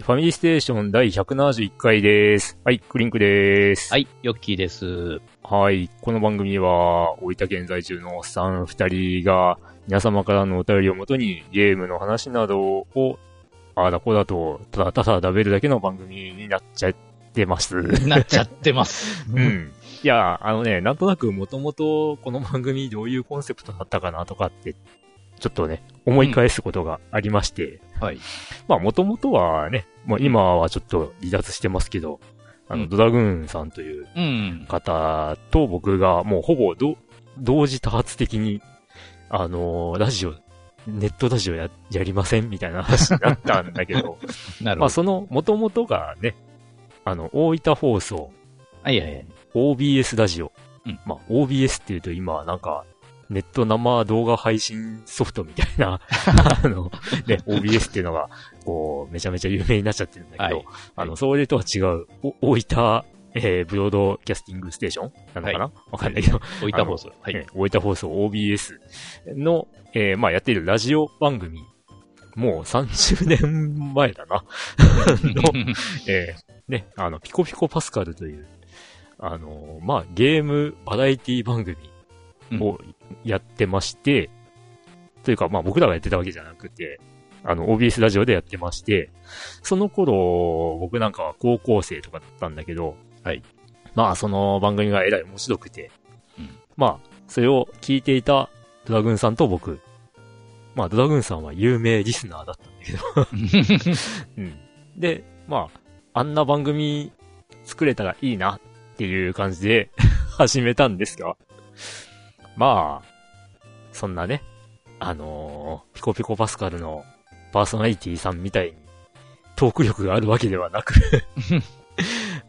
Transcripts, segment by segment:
ファミリーステーション第171回です。はい、クリンクです。はい、ヨッキーです。はい。この番組は、大分県在住のおっさん二人が、皆様からのお便りをもとに、ゲームの話などを、ああだこうだと、ただただ食べるだけの番組になっちゃってます。なっちゃってます。う。ん。いや、あのね、なんとなくもともと、この番組どういうコンセプトだったかなとかって、ちょっとね、思い返すことがありまして、はい。まあ、もともとはね、まあ、今はちょっと離脱してますけど、あの、うんドラグーンさんといううん。方と僕がもうほぼど同時多発的に、あのーラジオ、ネットラジオや、やりませんみたいな話になったんだけど、 なるまほあ、ど。その元々がね、あの、大分放送、はいはいはい。 OBS ラジオ。うんまあ、OBS っていうと今はなんか、ネット生動画配信ソフトみたい な、あの、ね、OBS っていうのが、こう、めちゃめちゃ有名になっちゃってるんだけど、はいあの、それとは違う、お大分、えー、ブロードキャスティングステーションなのかなわ、かんないけど、置いた放送。はえい。ー大分放送 OBS の、えーまあ、やっているラジオ番組、もう30年前だな。 の、 えーね、あの、ピコピコパスカルという、あのーまあ、ゲームバラエティ番組をやってまして、というか、まあ、僕らがやってたわけじゃなくて、あの、OBS ラジオでやってまして、その頃、僕なんかは高校生とかだったんだけど、はい。まあ、その番組がえらい面白くて、うんまあ、それを聞いていたドラグーンさんと僕、まあ、ドラグーンさんは有名リスナーだったんだけど、 うん。で、まあ、あんな番組作れたらいいなっていう感じで 始めたんですが、まあ、そんなね、あのーピコピコパスカルのパーソナリティさんみたいにトーク力があるわけではなく、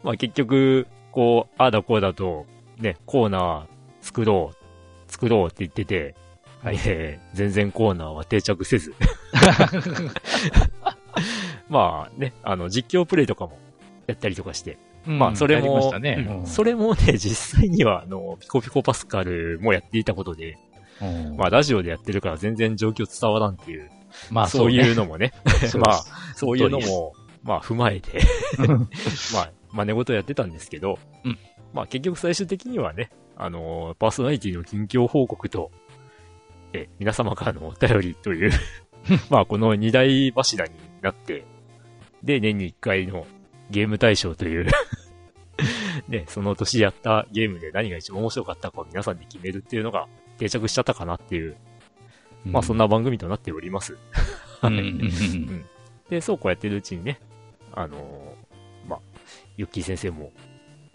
まあ結局、こう、ああだこうだと、ね、コーナー作ろう、作ろうって言ってて、はいえー全然コーナーは定着せ ず、まあね、あの、実況プレイとかもやったりとかして。まあ、それやりましも、たね。うんうんそれもね、実際には、あの、ピコピコパスカルもやっていたことで、うんまあ、ラジオでやってるから全然状況伝わらんっていう、まあ、そうねいうのもね、そうまであす、そういうのも、まあ、踏まえ て、まあ、真似事やってたんですけど、うんまあ、結局最終的にはね、あのーパーソナリティの近況報告と、え、皆様からのお便りという、 まあ、この二大柱になって、で、年に一回のゲーム大賞という、 ね、その年やったゲームで何が一番面白かったかを皆さんで決めるっていうのが定着しちゃったかなっていう、まあ、そんな。な番組となっております。うんはういんで、そうこうやってるうちにね、あのーまあ、ユッキー先生も、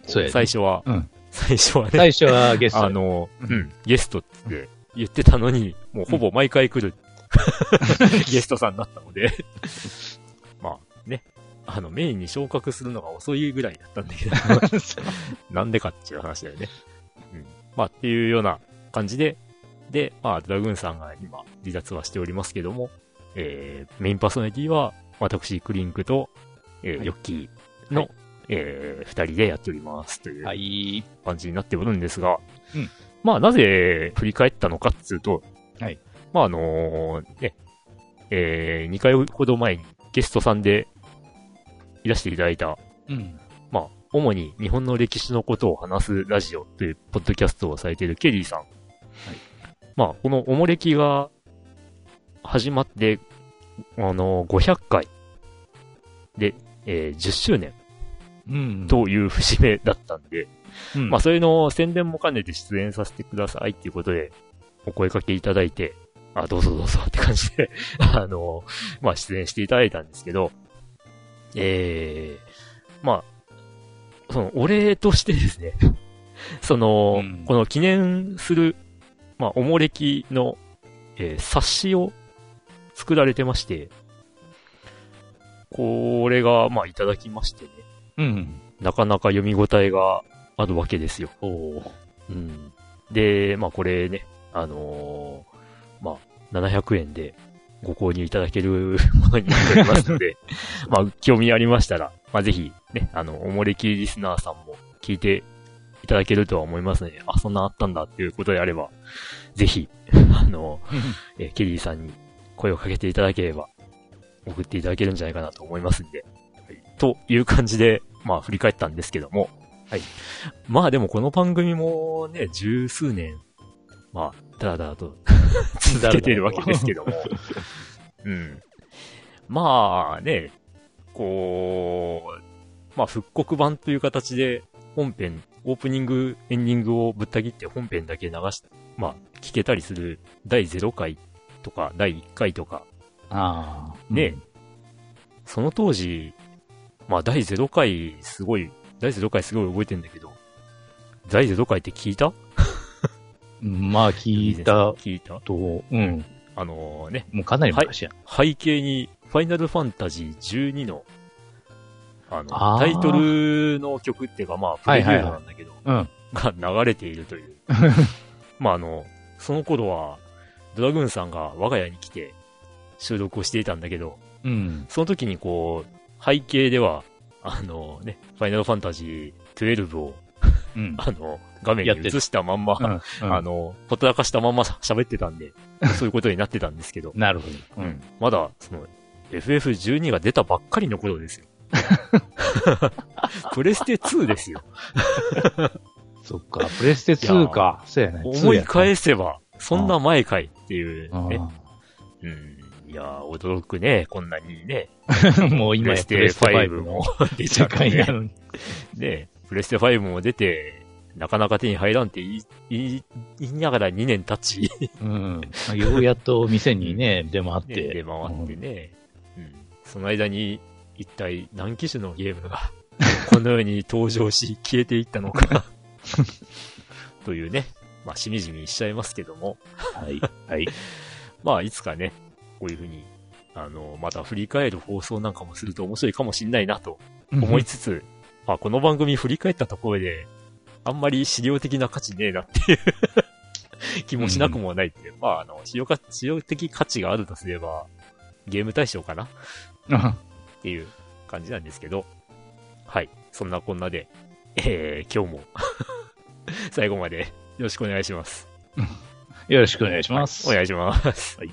そうやね最初は、うん最初はね、最初はゲストあで。のーううんん、ゲストって言ってたのに、もうほぼ毎回来る、 ゲストさんだったので、 まあね、あの、メインに昇格するのが遅いぐらいだったんだけど、 なんでかっていう話だよね。うん。まあ、っていうような感じで、で、まあ、ドラグーンさんが今、離脱はしておりますけども、えー、メインパーソナリティは、私、クリンクと、えーはいヨッキーの、はいえー二人でやっておりますというはい。感じになっておるんですが、うんまあ、なぜ振り返ったのかっていうと、はいまあ、あのーね、えー、2回ほど前にゲストさんでいらしていただいた、うん。まあ、主に日本の歴史のことを話すラジオというポッドキャストをされているケリーさん。まあ、このおもれきが始まって、あの、500回で、えー10周年うん。という節目だったんで、うん、まあ、それの宣伝も兼ねて出演させてくださいっていうことで、お声掛けいただいて、あ、どうぞどうぞって感じで、 あの、まあ、出演していただいたんですけど、えー、まあ、その、お礼としてですね、 その、うんこの記念する、まあ、おもれきの、えー冊子を作られてまして、これが、まあ、いただきましてね、うん。なかなか読み応えがあるわけですよ。おーうん。で、まあこれね、あのーまあ、700円でご購入いただける ものになっておりますの で、まあ、興味ありましたら、まあ、ぜひ、ね、あの、おもれきリスナーさんも聞いていただけるとは思いますので、あ、そんなんあったんだっていうことであれば、ぜひ、 あの、えーケリーさんに声をかけていただければ、送っていただけるんじゃないかなと思いますんで。はいという感じで、まあ振り返ったんですけども。はい。まあでもこの番組もね、十数年、まあ、だらだらと 続けてるわけですけども。うん。まあね、こう、まあ復刻版という形で本編、オープニング、エンディングをぶった切って本編だけ流し、まあ聞けたりする第0回とか第1回とか、ああ。ね、その当時、まあ、第0回、すごい、第0回すごい覚えてんだけど、第0回って聞いたうん。まあ、聞いた聞いたと、うん。あのね、もうかなり昔や。背景に、ファイナルファンタジー12の、あの、あータイトルの曲っていうか、まあ、プレビューなんだけど、うん。が流れていると いう。まあ、あの、その頃は、ドラグーンさんが我が家に来て収録をしていたんだけど、うん。その時にこう、背景では、あのね、ファイナルファンタジー12を、うん。あの、画面やってにる映したまんま、うんうんあの、ほったらかしたまん ま喋ってたんで、そういうことになってたんですけど、なるほど。うん。まだ、その、FF12 が出たばっかりの頃 ですよ。プレステ2ですよ。そっか、プレステ2か。そうやね。思いえ返せば、そんな前かいっていうね。 もうん。いやー、驚くね、こんなにね。うプ今レやスプテレステ5 5もも 出ちゃ世う界ねな。のに。で、プレステ5も出て、なかなか手に入らんって言い、言い、言いながら2年経ち、 うん。ようやっと店にね、出回っねて。出回ってね、うん。その間に、一体何機種のゲームが、 このように登場し、消えていったのか。というね、まあ、しみじみしちゃいますけども、はい。はい。まあ、いつかね、こういうふうに、あの、また振り返る放送なんかもすると面白いかもしんないなと思いつつ、 まあ、この番組振り返ったところで、あんまり資料的な価値ねえなっていう 気もしなくもないっていう。まあ、あの、資料か、資料的価値があるとすれば、ゲーム対象かなっうんていう感じなんですけど、はい。そんなこんなで、えー、今日も、 最後までよろしくお願いします。 よろしくお願いします。お願いします。はい。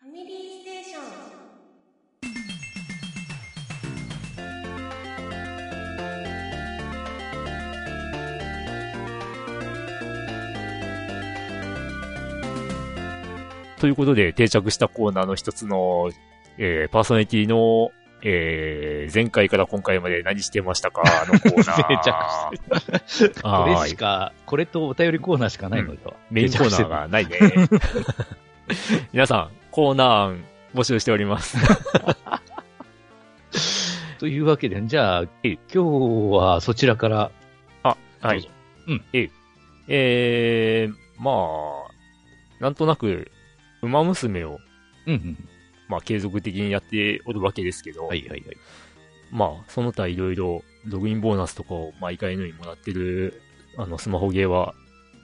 ファミリーステーション。ということで、定着したコーナーの一つの、えー、パーソナリティの、えー、前回から今回まで何してましたかのコーナー。 定着して。こあ れーしか、これとお便りコーナーしかないのよ。メインコーナーが。がないね。 皆さん、コーナー案募集しております。というわけで、じゃあ、今日はそちらから、はい。うん。ええ。えー、まあ、なんとなく、馬娘を、うんまあ、継続的にやっておるわけですけど、うん。はいはいはい。まあ、その他いろいろ、ログインボーナスとかを毎回のようにもらってる、あの、スマホゲーは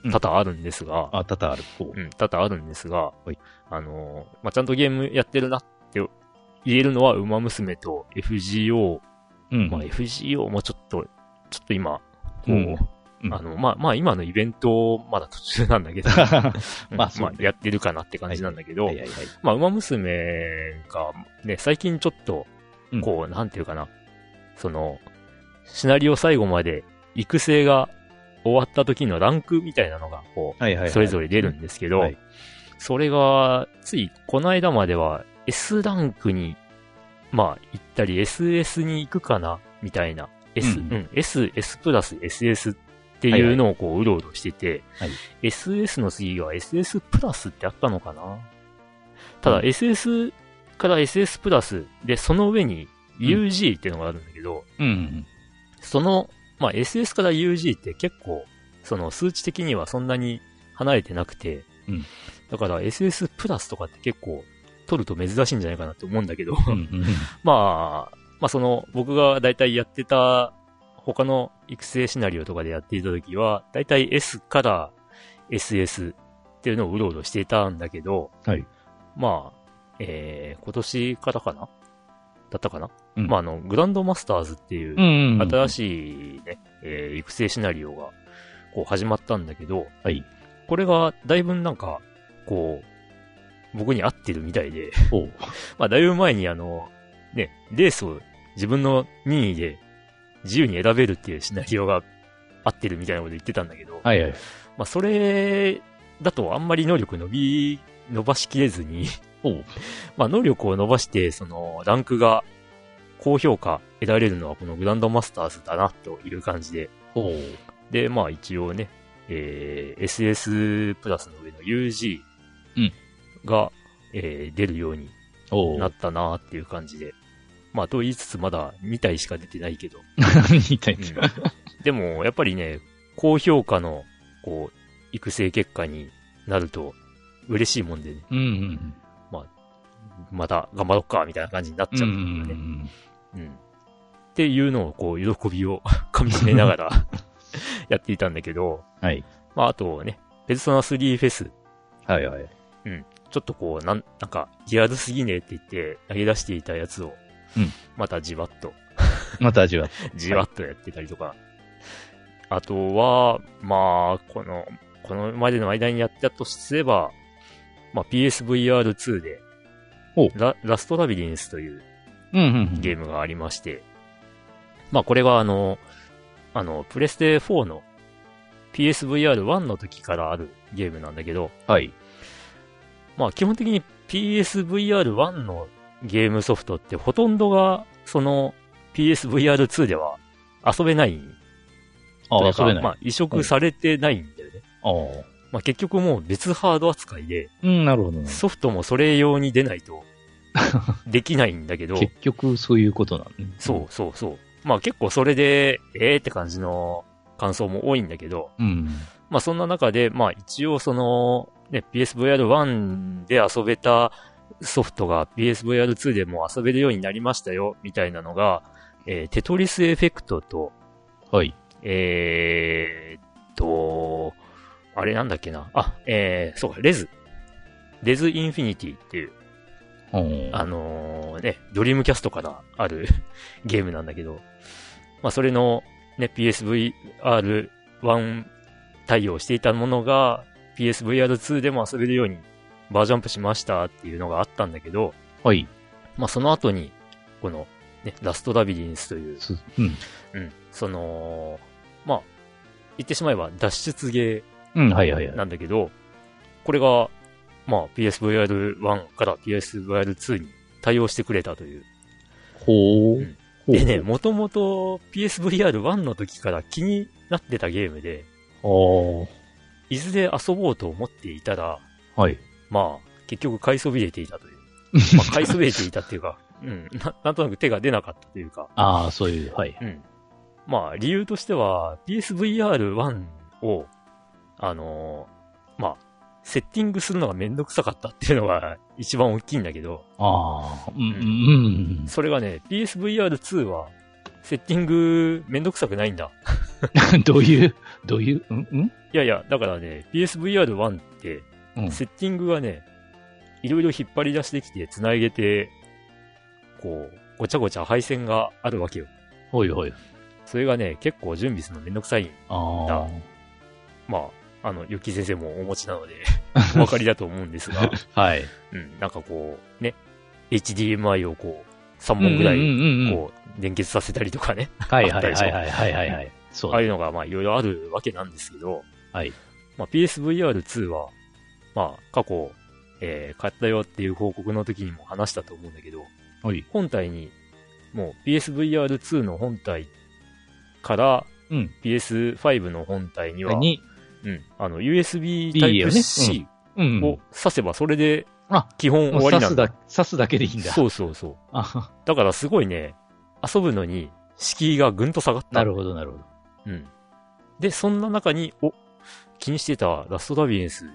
う、ん多々あるんですが、あ、多々ある。こうん、多々あるんですが、はいあのー、まあ、ちゃんとゲームやってるなって言えるのは、ウマ娘と FGO、う。うんまあ、FGO もちょっと、ちょっと今、こう、うんうんあの、まあ、まあ、今のイベント、まだ途中なんだけど、うん まあそうねまあ、やってるかなって感じなんだけど、はいはいはい。まあ、馬娘が、ね、最近ちょっと、こう、なんていうかな、その、シナリオ最後まで、育成が終わった時のランクみたいなのが、こはいはいはう、い。それぞれ出るんですけど、はいそれが、ついこの間までは S ランクに、まあ、行ったり SS に行くかな、みたいな。S、う、うんん S、S プラス SS っていうのをこう、うろうろしてて、はい SS の次が SS プラスってあったのかなただう SS から SS プラスで、その上に UG っていうのがあるんだけど、うん。そのまあ SS から UG って結構、その数値的にはそんなに離れてなくて、うんだから SS プラスとかって結構取ると珍しいんじゃないかなって思うん だけど、うんうんまあ、まあその、僕が大体やってた、他の育成シナリオとかでやっていた時は、大体 S から SS っていうのをうろうろしていたんだけど、はい。まあ、えー、今年からかなだったかな、うんまああの、グランドマスターズっていう、うんうん。新しいね、えー育成シナリオが、こう始まったんだけど、はいこれが、だいぶなんか、こう、僕に合ってるみたいで、 おうまあ、だいぶ前にあの、ね、レースを自分の任意で自由に選べるっていうシナリオが合ってるみたいなこと言ってたんだけど、はいはい。まあ、それだとあんまり能力伸び、伸ばしきれずに、おう まあ、能力を伸ばして、その、ランクが高評価得られるのはこのグランドマスターズだな、という感じで。おうで、まあ、一応ね、えー SS プラスの上の UG うんが、えー出るようにおうなったなーっていう感じで。まあ、と言いつつまだ2体しか出てないけど。みたいな。でも、やっぱりね、高評価の、こう、育成結果になると、嬉しいもんでね、うんうんまた頑張ろっか、みたいな感じになっうん。ちゃううんだよね。んうんうん。っていうのを、こう、喜びを 噛み締めながら やっていたんだけど、うん。はい。まあ、あとね、ペルソナ3フェス、はいはい。ちょっとこう、なん、なんか、リアルすぎねえって言って、投げ出していたやつを、うんまたじわっと、また味わって。じわっとやってたりとか、あとは、まあ、この、このまでの間にやったとすれば、まあ、PSVR2 でおラ、ラストラビリンスといううんうんうん。ゲームがありまして、まあこれはあの、あの、プレステ4の PSVR1 の時からあるゲームなんだけど、はい。まあ基本的に PSVR1 のゲームソフトってほとんどが、その PSVR2 では遊べないああ、と遊いうかべない。まあ移植されてないんだよね。ああ。まあ結局もう別ハード扱いで、うん、なるほどね。ソフトもそれ用に出ないとできないんだけど、 結局、そういうことなのね。そうそうそう。まあ結構それで、ええー、って感じの感想も多いんだけど、う。うん。まあそんな中で、まあ一応その、ね、PSVR1 で遊べたソフトが PSVR2 でも遊べるようになりましたよ、みたいなのが、えーテトリスエフェクトと、はい。えーっと、あれなんだっけな。あ、えー、そうか、レズ。レズインフィニティっていう、ああのーね、ドリームキャストからある ゲームなんだけど、まあそれのね、PSVR1 対応していたものが PSVR2 でも遊べるようにバージョンアップしましたっていうのがあったんだけど、はい。まあその後に、この、ね、ラストラビリンスという、すうん。うん、その、まあ、言ってしまえば脱出ゲうん、はいはいーはい。なんだけど、これが、まあ PSVR1 から PSVR2 に対応してくれたという、ほう。ほうでね、もともと PSVR1 の時から気になってたゲームで、ああ。いずれ遊ぼうと思っていたら、はい。まあ、結局買いそびれていた という。まあ、買いそびれていたっていうか、うんな、なんとなく手が出なかったというか、ああ、そういう、はい。うん。まあ、理由としては、PSVR1 を、あのーまあ、セッティングするのがめんどくさかったっていうのが 一番大きいんだけど、ああ、うん、うんうん。それがね、PSVR2 は、セッティングめんどくさくないんだ。うんどういう、どういう、うん、うんいやいや、だからね、PSVR1 ってう、んセッティングがね、いろいろ引っ張り出してきて、つなげて、こう、ごちゃごちゃ配線があるわけよ。ほいほい。それがね、結構準備するのめんどくさい。あまあ、あの、ゆき先生もお持ちなの で、お分かりだと思うんですが、あ。はい。うん、なんかこう、ね、HDMI をこう、3本ぐらうんい、うんうんうんこう、連結させたりとかね、はいはいあったではいしょはいはいはいはい。そうああだ。いうのが、まあ、いろいろあるわけなんですけど、はい。まあ、PSVR2 は、まあ、過去、えー買ったよっていう報告の時にも話したと思うんだけど、はい。本体に、もう PSVR2 の本体からうん。 PS5 の本体には、に、うん、あの、USB いいよね Type-C うん。を刺せばそれであ、基本終わり刺なすんだ。だ、刺すだけでいいんだ。そうそうそう。あだからすごいね、遊ぶのに敷居がぐんと下がった。なるほどなるほど。うん。で、そんな中に、お、気にしてたラストダビエンス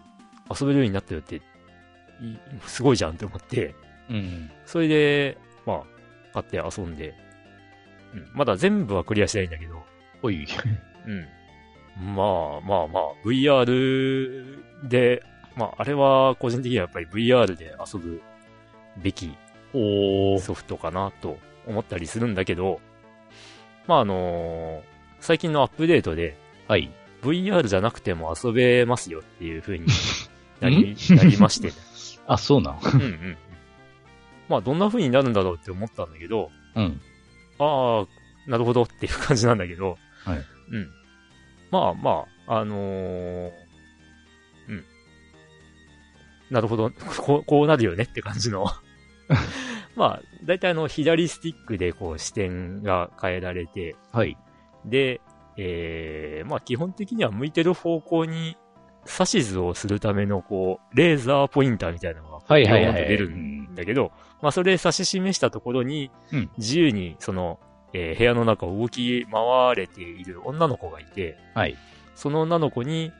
遊べるようになったよって、いすごいじゃんって思って、うん。それで、まあ、買って遊んで、うん。まだ全部はクリアしてないんだけど、おい。うん。まあまあまあ、VR で、まああれは個人的にはやっぱり VR で遊ぶべきおー。ソフトかなと思ったりするんだけど、まああのー最近のアップデートではい。 VR じゃなくても遊べますよっていう風にな り、なりまして、あ、そうなん。うんうん。まあどんな風になるんだろうって思ったんだけど、うん。ああ、なるほどっていう感じなんだけど。はい。うん。まあまあ、あのーうん。なるほど、 こう、こうなるよねって感じ の。まあ、だいたいあの、左スティックでこう、視点が変えられて、はい。で、えー、まあ基本的には向いてる方向に、指図をするためのこう、レーザーポインターみたいなのがはいはいビヨーはンとい。出るんうんだけど、まあ、それ指し示したところにうん、自由に、その、えー部屋の中を動き回れている女の子がいて、はい。その女の子に、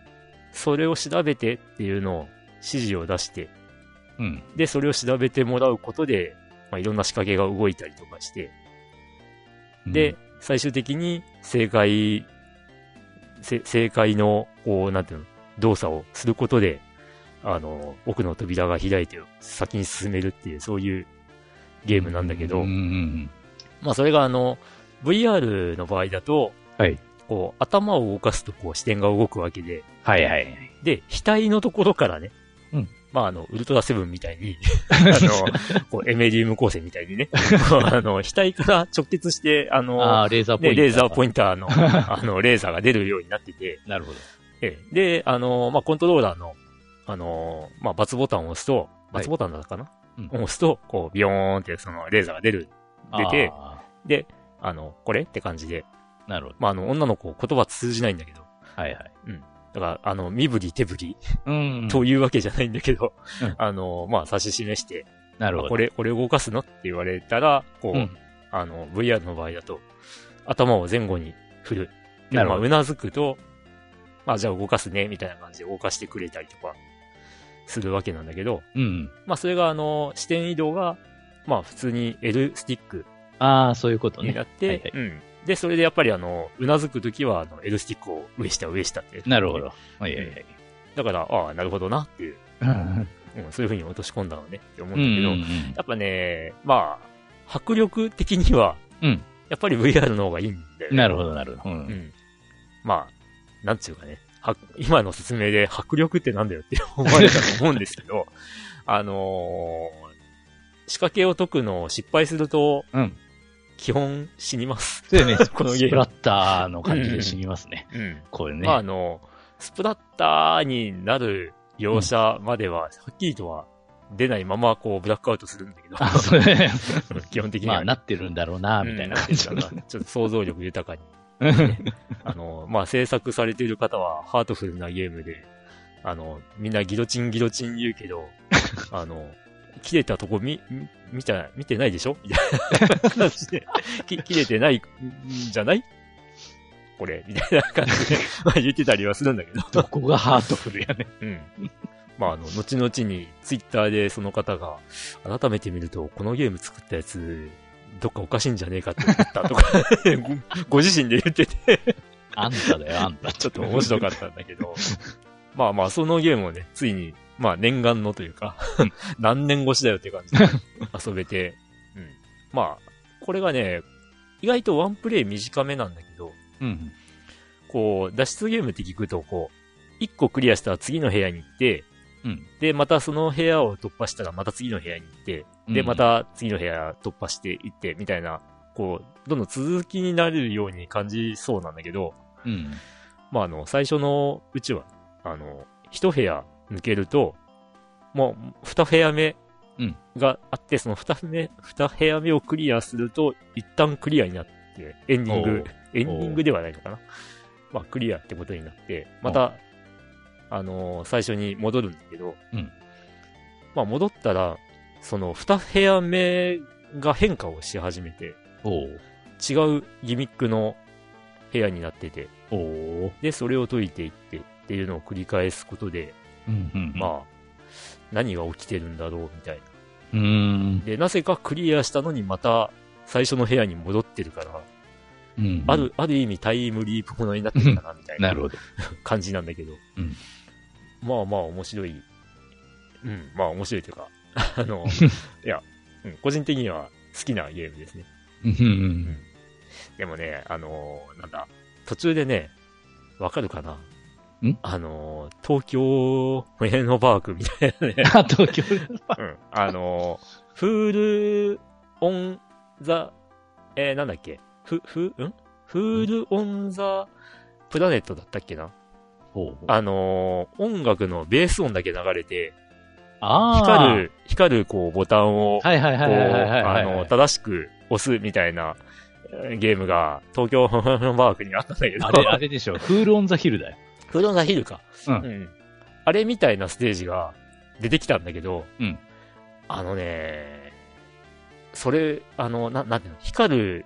それを調べてっていうのを指示を出して、うん。で、それを調べてもらうことで、まあ、いろんな仕掛けが動いたりとかして、で、、最終的に正解、せ正解の、こう、なんていうの、動作をすることで、あの、奥の扉が開いて先に進めるっていう、そういうゲームなんだけど、うんうんうん。まあそれがあの、VR の場合だと、はいこう、頭を動かすとこう視点が動くわけで、はいはい。で、額のところからね、うんまああの、ウルトラセブンみたい に、あの、こうエメリウム光線みたいにね、こうあの、額から直結して、あの、ああ、レーザーポインね、ト。レーザーポイインン ターの、あの、レーザーが出るようになってて、ト。なるほど。ええで、あの、まあ、コントローラーの、あの、まあ、×ボタンを押すと、はい×ボタンだったかな、うん押すと、こう、ビヨーンって、その、レーザーが出る。出てあで、あの、これって感じで、ーなるほど。まあ、あの、女の子、言葉通じないんだけど、はいはい。だから、あの、身振り手振り、うんというわけじゃないんだけど、うんあの、まあ、指し示して、なるあほど。これ、これ動かすのって言われたら、こう、うんあの、VR の場合だと、頭を前後に振る。でなるほまあ、どうなずくと、まあ、じゃあ動かすね、みたいな感じで動かしてくれたりとか、するわけなんだけど、うん。まあ、それが、あの、視点移動が、まあ、普通に L スティックああ、そういうことにねなっ。て、はいはいうん。で、それでやっぱり、あの、うなずくときは、あの、L スティックを上下上下って。なるほど。はいはいはい。だから、ああ、なるほどな、っていう、うんうん、そういう風に落とし込んだのね、って思ううんだけど、んやっぱね、まあ、迫力的には、うんやっぱり VR の方がいいんだようん。ね。なるほど、なるほど。ううんん。まあ、なんちゅうかね、は今の説明で迫力ってなんだよって思われたと思うんですけ ど、あのー仕掛けを解くのを失敗すると、うん基本死にます。そうね、 ここののゲームスプラッターの感じで死にますね。うん。これね。まあ、あの、スプラッターになる描写までは、はっきりとは出ないまま、こう、ブラックアウトするんだけど、あ、そうね。 基本的にはまね、あ、なってるんだろうな、みたいなうん感じだんかちょっと想像力豊かに。な。あの、まあ、制作されている方はハートフルなゲームで、あの、みんなギロチンギロチン言うけど、あの、切れたとこ見、見見た、見てないでしょみたいな感じで、き切れてないんじゃないこれ、みたいな感じで、まあ、言ってたりはするんだけど。どこがハートフルやね。うん。まあ、あの、後々にツイッターでその方が、改めて見ると、このゲーム作ったやつ、どっかおかしいんじゃねえかって思ったとか、ごご自身で言ってて、あんただよ、あんた。ちょっと面白かったんだけど、 まあまあ、そのゲームをね、ついに、まあ念願のというか、 何年越しだよっていう感じで遊べ て、うん。まあ、これがね、意外とワンプレイ短めなんだけど、うん。こう、脱出ゲームって聞くと、こう、1個クリアしたら次の部屋に行って、うん。で、またその部屋を突破したらまた次の部屋に行って、で、うんま、た次の部屋突破していって、みたいな、こう、どんどん続きになれるように感じそうなんだけど、うん。まあ、あの、最初のうちは、あの、一部屋抜けると、もう、二部屋目うんがあって、その二部目、二部屋目をクリアすると、一旦クリアになって、エンディンおグう、エンディングではないのかな。まあ、クリアってことになって、また、あのー最初に戻るんだけど、うんまあ、戻ったら、その二部屋目が変化をし始めて、おう。違うギミックの部屋になってて、おお。で、それを解いていってっていうのを繰り返すことで、うんうん。あ。まあ、何が起きてるんだろうみたいな。うーん。で、なぜかクリアしたのにまた最初の部屋に戻ってるから、うんあ。る、ある意味タイムリープものになってるかなみたいななるほど。感じなんだけど、うんまあまあ面白い。うん、まあ面白いというか、 あ の、いや、うん、個人的には好きなゲームですね。うんうんでもね、あのーなんだ、途中でね、わかるかなんあのー東京フェノバークみたいなねうん。、あ、東京。う ん、あのーフールオンザ、えーなんだっけ、ふ、ふ、んフールオンザプラネットだったっけなほう。あのー音楽のベース音だけ流れて、あー光。る、光るこうボタンを、はいはいこはう、いはいはいはあい。の、正しく押すみたいなえーゲームが東京フェンバークにあったんだけど、あれ、あれでしょ。クールオンザヒルだよ。フードザヒルか。うんあれみたいなステージが出てきたんだけど、うんあのね、それ、あの、な、なんていうの、光る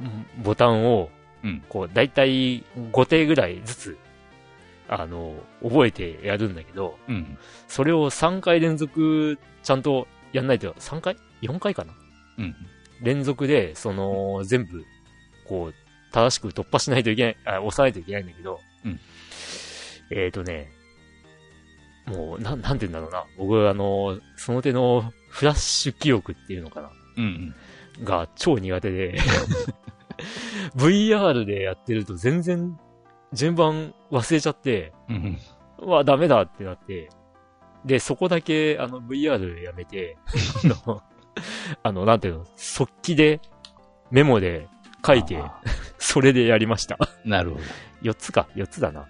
うんボタンを、うんこう、だいたい5手ぐらいずつ、あの、覚えてやるんだけど、うん。それを3回連続、ちゃんとやんないと、3回 ?4 回かなうん。連続で、その、全部、こう、正しく突破しないといけない、あ、押さないといけないんだけど、うんえっ、ー、とね、もう、なん、なんて言うんだろうな。僕、あの、その手のフラッシュ記憶っていうのかなうん。が超苦手 で、VR でやってると全然順番忘れちゃって、うん。うわ、ダメだってなって、で、そこだけ、あの、VR やめて、 あの、あの、なんていうの、速記で、メモで書いて、あそれでやりました。ーなるほ4つか、4つだな。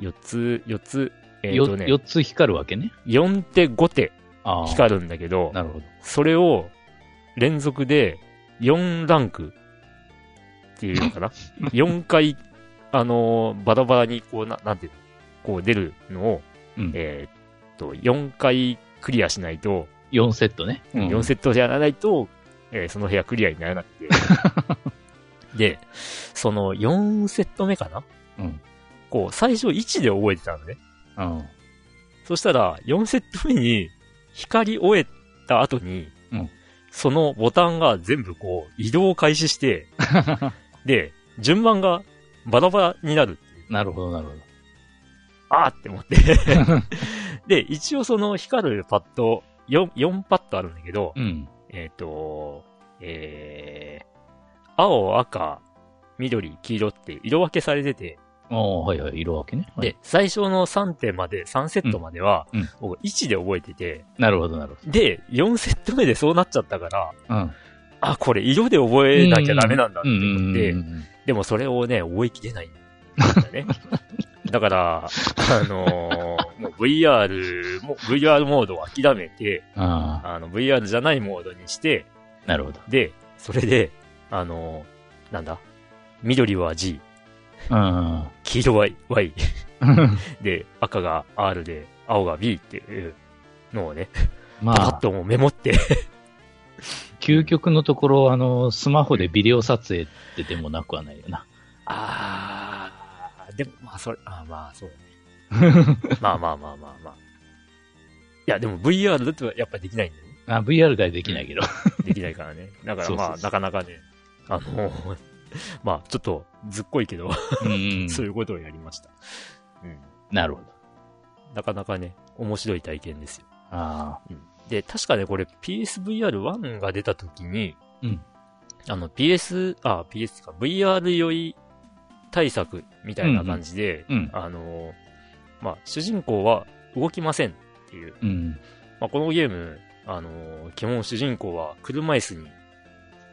4つ、4つ、えど。っ、とよね、四つ光るわけね。 4手5手ああ。光るんだけど、なるほど。それを連続で4ランクっていうのかな ?4 回、あのーバラバラにこう、ななんていうのこう出るのを、うんえーっと、4回クリアしないと、四セットね。うん4セットやらないと、えーその部屋クリアにならなくて。 で、その4セット目かなうんこう、最初1で覚えてたのね。うん。そしたら、4セット目に、光り終えた後に、うんそのボタンが全部こう、移動を開始 して、で、順番がバラバラになるっていう。なるほど、なるほど。あーって思 って。で、一応その光るパッド、4、4パッドあるんだけど、うん。えっ、と、えー、青、赤、緑、黄色って色分けされてて、ああ、はいはい、色分けね。はいで、、最初の3点まで、3セットまではうんうん、僕1で覚えてて、なるほど、なるほで、4セット目でそうなっちゃったから、ど。うん。あ、これ色で覚えなきゃダメなんだって思って、うんうんうんうんでもそれをね、覚えきれないんだ よね。だから、あのーもう VR も、VR モードを諦めて、ああの、VR じゃないモードにして、あ、なるほど。で、それで、あのーなんだ、緑は G、うん。黄色は Y、で、赤が R で、青が B っていうのをね、まパパッあ、ともうメモって、究極のところ、あの、スマホでビデオ撮影ってでもなくはないよな。あー、でも、まあ、それ、あーまあ、 そうだね。まあまあまあまあまあ。いや、でも VR だとやっぱりできないんだよね。あ VR ではできないけど。できないから ね。だからそうそうまあ、そうなかなかね、あの、 まあ、ちょっと、ずっこいけど、うんうんそういうことをやりました。うん。なるほど。なかなかね、面白い体験ですよ。あで、確かね、これ PSVR1 が出た時に、うんあの PS、あ、PS か、VR 酔い対策みたいな感じで、あ、うん。あのーまあ、主人公は動きませんっていう。うん。まあ、このゲーム、あのー基本主人公は車椅子に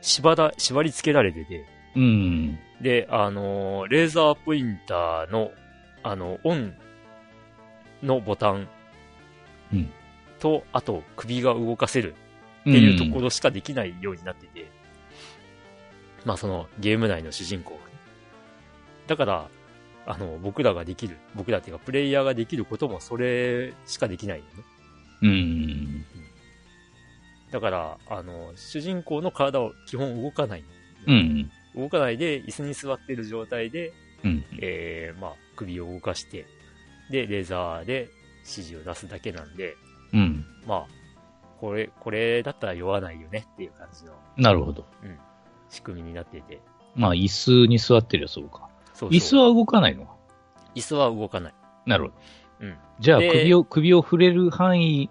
縛ら、縛り付けられてて、うん。で、あのーレーザーポインターの、あの、オンのボタンうんと、あと、首が動かせるってっていうところしかできないようになってて、まあそのゲーム内の主人公がね。だから、あの、僕らができる、僕らっていうかプレイヤーができることもそれしかできないよね。ろ。うん。だから、あの、主人公の体を基本動かない。うん。動かないで椅子に座ってる状態で、うん。えーまあ、首を動かして、で、レーザーで指示を出すだけなんで、うん。まあ、これ、これだったら酔わないよねっていう感じのなるほど。仕組みになっていて。まあ、椅子に座ってりゃそうか。そうそう椅子は動かないのか椅子は動かない。なるほど。うん。じゃあ、で首を、首を触れる範囲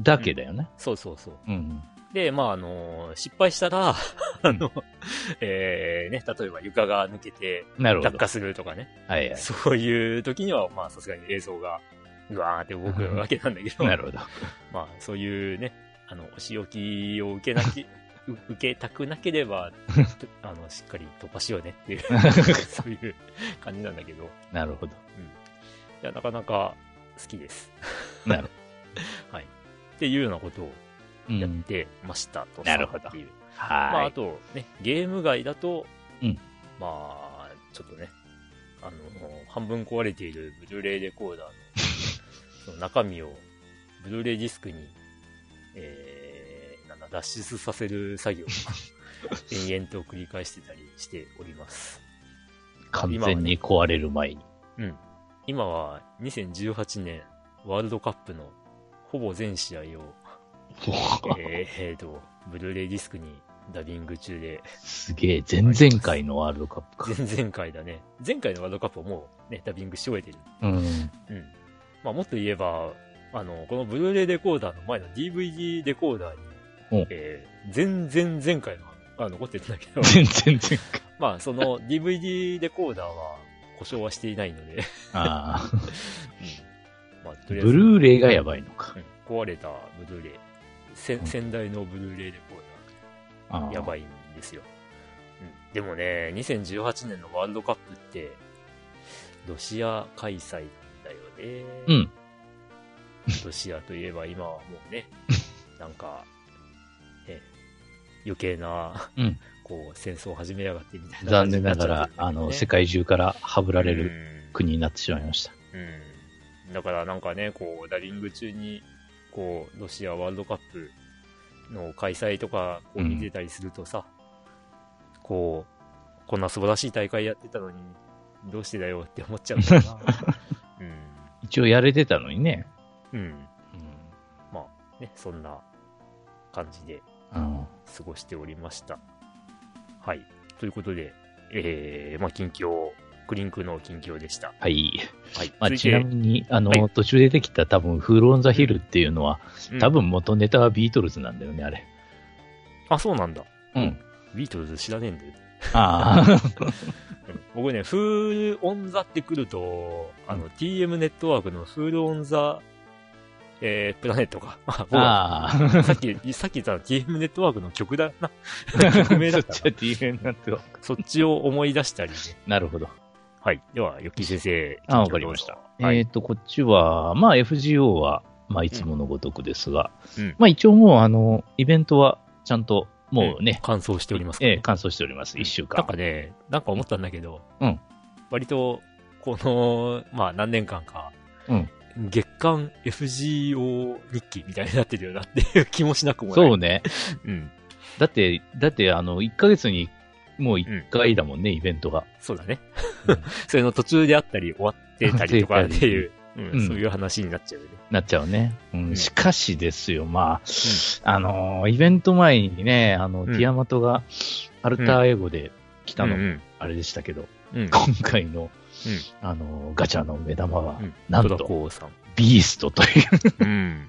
だけだよね。そうそうそう。うん。で、まあ、あのー失敗したら、 あの、えーね、例えば床が抜けてなるほ落ど。下するとかね、はいはい。そういう時には、まあ、さすがに映像が、うわーって動くわけなんだけど、なるほど。まあ、そういうね、あの、お仕置きを受けな き、う受けたくなければ、とあの、しっかり突破しようね っていう、そういう感じなんだけど、いなるほど。や、なかなか好きです。なるほはい。っていうようなことをど。うやっん。てました、となるほどっていう。まあ、はあと、ね、ゲーム外だと、うんまあ、ちょっとね、あの、半分壊れているブルーレイレコー ダーのその中身をブルーレイディスクに、えー、なんだ、脱出させる作 業を延々と繰り返してたりしております。い。完全に壊れる前に。うん。今は2018年ワールドカップのほぼ全試合 を、えー、えーと、ブルーレイディスクにダビング中ですげえ。前々回のワールドカップか。前々回だね。前回のワールドカップはもうね、ダビングし終えてる。うん。うん。まあもっと言えば、あの、このブルーレイレコーダーの前の DVD レコーダーにうん、、えー、全然前回のが残ってるんだけど 全然前 回。まあその DVD レコーダーは故障はしていないので、ああ。まあとブりあえず、ルーレイがやばいのか。うん壊れたブルーレイ、せうん先代のブルーレイレコーダー。あやばい。いんですよ。うんでもね、2018年のワールドカップって、ロシア開催なんだよね。うん。ロシアといえば今はもう ね、なんか、ね、余計な、うんこう、戦争を始めやがってみたいな残感じ念にななっちゃがってるんだよね、ら、あの、世界中からはぶられうるん国になってしまいました。うん。だからなんかね、こう、ダリング中に、こう、ロシアワールドカップの開催とか、こううん見てたりするとさ、こう、こんな素晴らしい大会やってたのに、どうしてだよって思っちゃうんだよ な。一応やれてたのにね。うん。うん。ね、そんな感じでうん。過ごしておりました。はい。ということで、えー、まあ、近況、クリンクの近況でした。はい。はい。まあ、続いちてなみに、あの、はい途中で出てきた多分、フール・オン・ザ・ヒルっていうのは、うん多分元ネタはビートルズなんだよね、あれ。あ、そうなんだ。うん。ビートルズ知らねえんだよ。ああ、僕ね、フールオンザって来ると、あの、TM ネットワークのフールオンザ、えー、プラネットか。 まあ、僕はあさっき、さっき言ったの TM ネットワークの曲だ な。あ。曲名だ ったなそっちは DN なんてわかんないそっちを思い出したりね。 なるほど。はい。では、よっきー先生。あわかりましたどう ぞ。はえい。っ、と、こっちは、まあ、FGO は、まあ、いつものごとくですが、うんまあ、一応もう、あの、イベントは、ちゃんと、もうね、感想しておりますかええ、完走しております、一週なん間か。ね、なんか思ったんだけど、うん割と、この、まあ何年間か、うん月間 FGO 日記みたいになってるよなっていう気もしなくもない。そうね。うん。だって、だって、あの、1ヶ月に、もう1回だもんね、イベントが。そうだねうん。 それの途中であったり、終わってたりとかっていう、う、うんんそういう話になっちゃうよね。なっちゃうね。うんん、しかしですよ、まあ、あのー、イベント前にね、あの、んティアマトが、アルター英語で来たの、うんあれでしたけど、うん。うん。今回の、あのー、ガチャの目玉は、なん戸田と、光さん。ビーストといううん。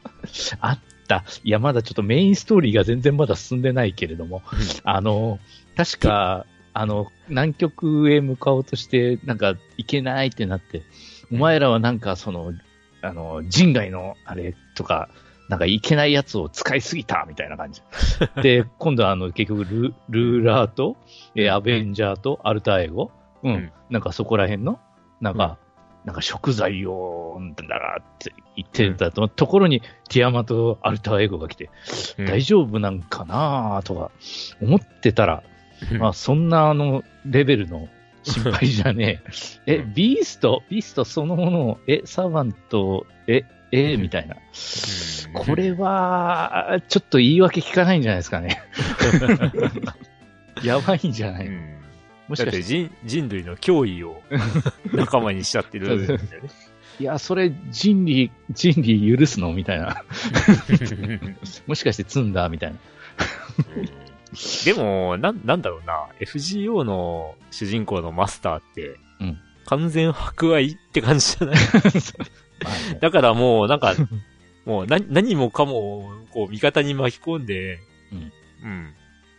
あった。いや、まだちょっとメインストーリーが全然まだ進んでないけれども、うん あのー、確か、あの、南極へ向かおうとして、なんか、行けないってなって、お前らはなんか、その、あの、人外の、あれとか、なんか、いけないやつを使いすぎた、みたいな感 じ。で、今度は、あの、結局ル、ルーラーと、えーアベンジャーと、アルターエゴ、うん、うんなんかそこら辺の、なんか、なんか食材を、なんだらって言ってたと,、ところに、ティアマとアルターエゴが来て、うん大丈夫なんかなとか、思ってたら、うんまあ、そんなあの、レベルの心配じゃねえ。え、 うんビーストビーストそのものを、え、サーバント、え、え、うんみたいな。うんこれは、ちょ っと言い訳聞かないんじゃないですかね。やばいんじゃなういんもしだっかしてて、人人類の脅威を仲間にしちゃってるんだよ ね。いや、それ人類、人類許すのみたいな。 もしかして積んだみたいな。でも、なん、なんだろうな。FGO の主人公のマスターって、うん完全博愛って感じじゃないまあねだからもう、なんか、もう何、何もかも、こう、味方に巻き込んで、うんうん。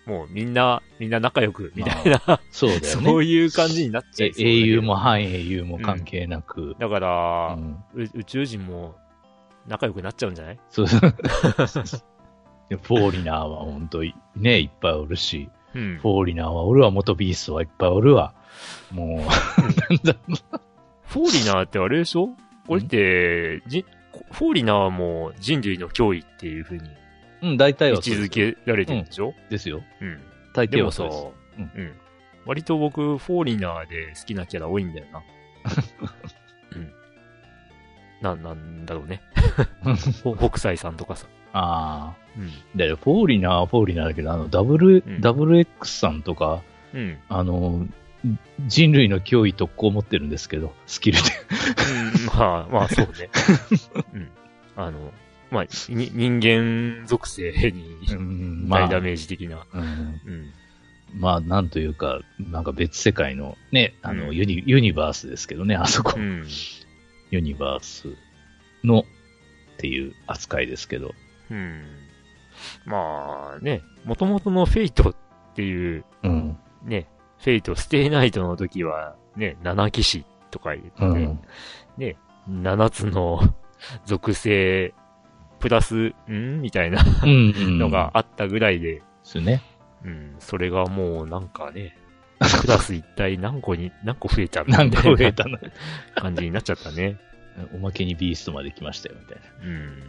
もう、みんな、みんな仲良く、みたいな、そう だよね。そういう感じになっちゃえいそうだけど英雄も反英雄も関係なく。だかうら、んう宇宙人も仲良くなっちゃうんじゃないそうそう。でフォーリナーは本当にね、いっぱいおるし、うんフォーリナーはおるわ、元ビーストはいっぱいおるわ。もフォーリナーってあれでしょこれって、じフォーリナーも人類の脅威っていう風にう、うん、大体位は置そづうですよけられてるんでしょですよ。うん。大で抵もはさ、そううです。うんん。割と僕、フォーリナーで好きなキャラ多いんだよな。 うん。なん、なんだろう ね。ほ北斎さんとかさ。ああ。うん。だよ、フォーリナーはフォーリナーだけど、あの、ダブル、うんダブル X さんとか、うん。うんあの、人類の脅威特攻持ってるんですけど、スキルで。まあ、まあ、そう ね。うん。あの、まあ、に人間属性にうんま大あダ、メージ的な。うんうん。まあ、なんというか、なんか別世界のね、あの、うんユニユニバースですけどね、あそこ、うん。ユニバースのっていう扱いですけど、うん。まあね、もともとのフェイトっていう、うん、ね、フェイト、ステイナイトの時は、ね、七騎士とか言って、うん、七つの 属性、プラス、んみたいなうん、うんのが、あったぐらいで、ですね。うん、それがもうなんか ね、クラス一体何個に、何個増えちゃうなんか増えたな。感じになっちゃったね。おまけにビーストまで来ましたよ、みたい うん。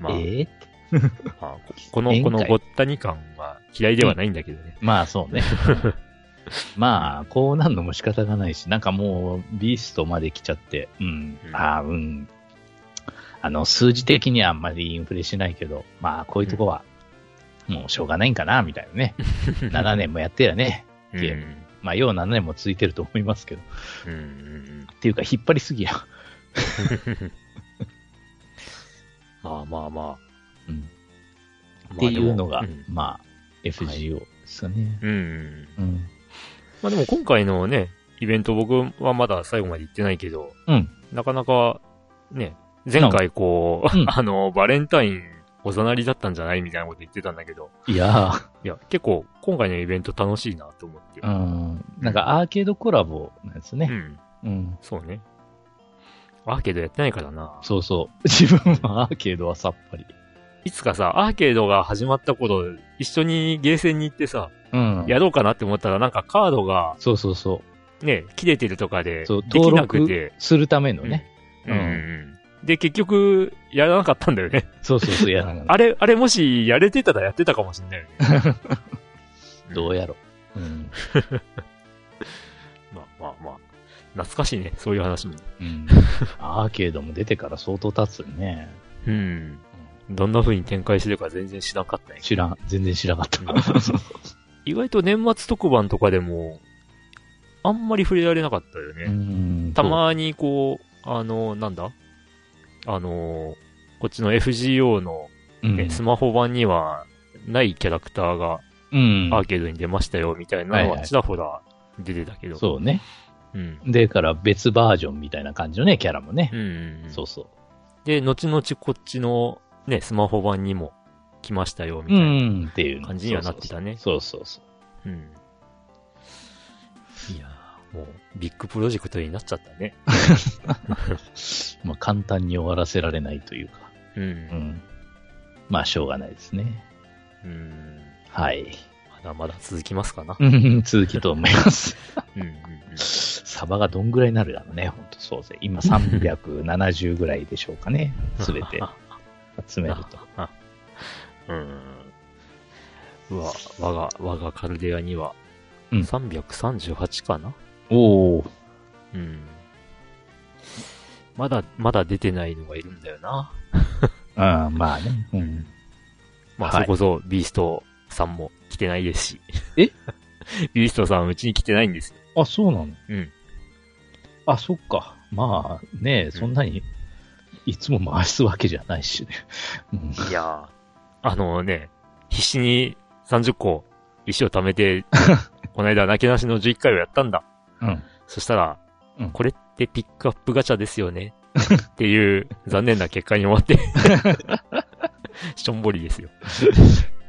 まな。あ、ええってまあここの宴、会このごったに感は嫌いではないんだけどね。まあ、そうね。 まあ、こうなんのも仕方がないし、なんかもう、ビーストまで来ちゃって、うん、うんああ、うん。あの、数字的にはあんまりインフレしないけど、まあ、こういうとこは、もうしょうがないんかな、みたいなね。7年もやってりゃね。うゲーんまあ、よう7年も続いてると思いますけど。っうんうんていうか、引っ張りすぎや。うん。まあまあまうん。あ。っていうのまあがでも、まあ、FGO ですかね。うん。うんうん。まあでも今回のね、イベント僕はまだ最後まで行ってないけど、うん。なかなか、ね、前回こう、うん あの、バレンタインおざなりだったんじゃないみたいなこと言ってたんだけど、いやー、いや、結構今回のイベント楽しいなと思って。うん。なんか、アーケードコラボなんですうね。ん。うんそうね。アーケードやってないからな。そうそう。 自分はアーケードはさっぱり。いつかさ、アーケードが始まった頃、一緒にゲーセンに行ってさ、うんやろうかなって思ったらなんかカードが、そうそうそね、切れてるとかで、う。そう、でき登なくて録、するためのね。うんんうんで、結局、やらなかったんだよね。そうそうそう、やらなかっあれ、あれもし、やれてたらやってたかもしれないよね。た。 どうやろう。うん。まあまあまあ。懐かしいね、そういう話も。 うん。アーケードも出てから相当経つよね。うん。どんな風に展開してるか全然知らなかったね。知らん。全然知らなかうんった。意外と年末特番とかでも、あんまり触れられなかったよね。うんたまにこう、あの、なんだあの、こっちの FGO の、うんねスマホ版にはないキャラクターがうん。アーケードに出ましたよみたいなのはいははいちらほら出てたけど。そうね。うん。で、から別バージョンみたいな感じのね、キャラもねう。んうん。そうそで、後々こっちのね、スマホ版にも来ましたよう。みたういな。ん。っていう感じにはなってたねそうそうそう。うん。いやーもう、ビッグプロジェクトになっちゃったね。まあ、簡単に終わらせられないというか。う。うんん。まあ、しょうがないですね。うん。 はい。まだまだ続きますかな。うん続きと思います。うんうんうん。サバがどんぐらいになるだろうね、ほんとそうぜ。今370ぐらいでしょうか ね、すべ て集めると。うん。うわ、我が、我がカルデアには、うん338かなおお、うん。まだ、まだ出てないのがいるんだよな。あまあね、うん。まあ、はいそれこそ、ビーストさんも来てないですし。え ビリストさんうちに来てないんですよ。あ、そうなのうん。あ、そっか。まあ、ねえ、そんなに、いつも回すわけじゃないしね。うんいやあのね、必死に30個石を貯め て、この間、泣きなしの11回をやったんだ。うん。そしたら、うんこれってピックアップガチャですよ ねっていう残念な結果に終わって、しょんぼりですよ。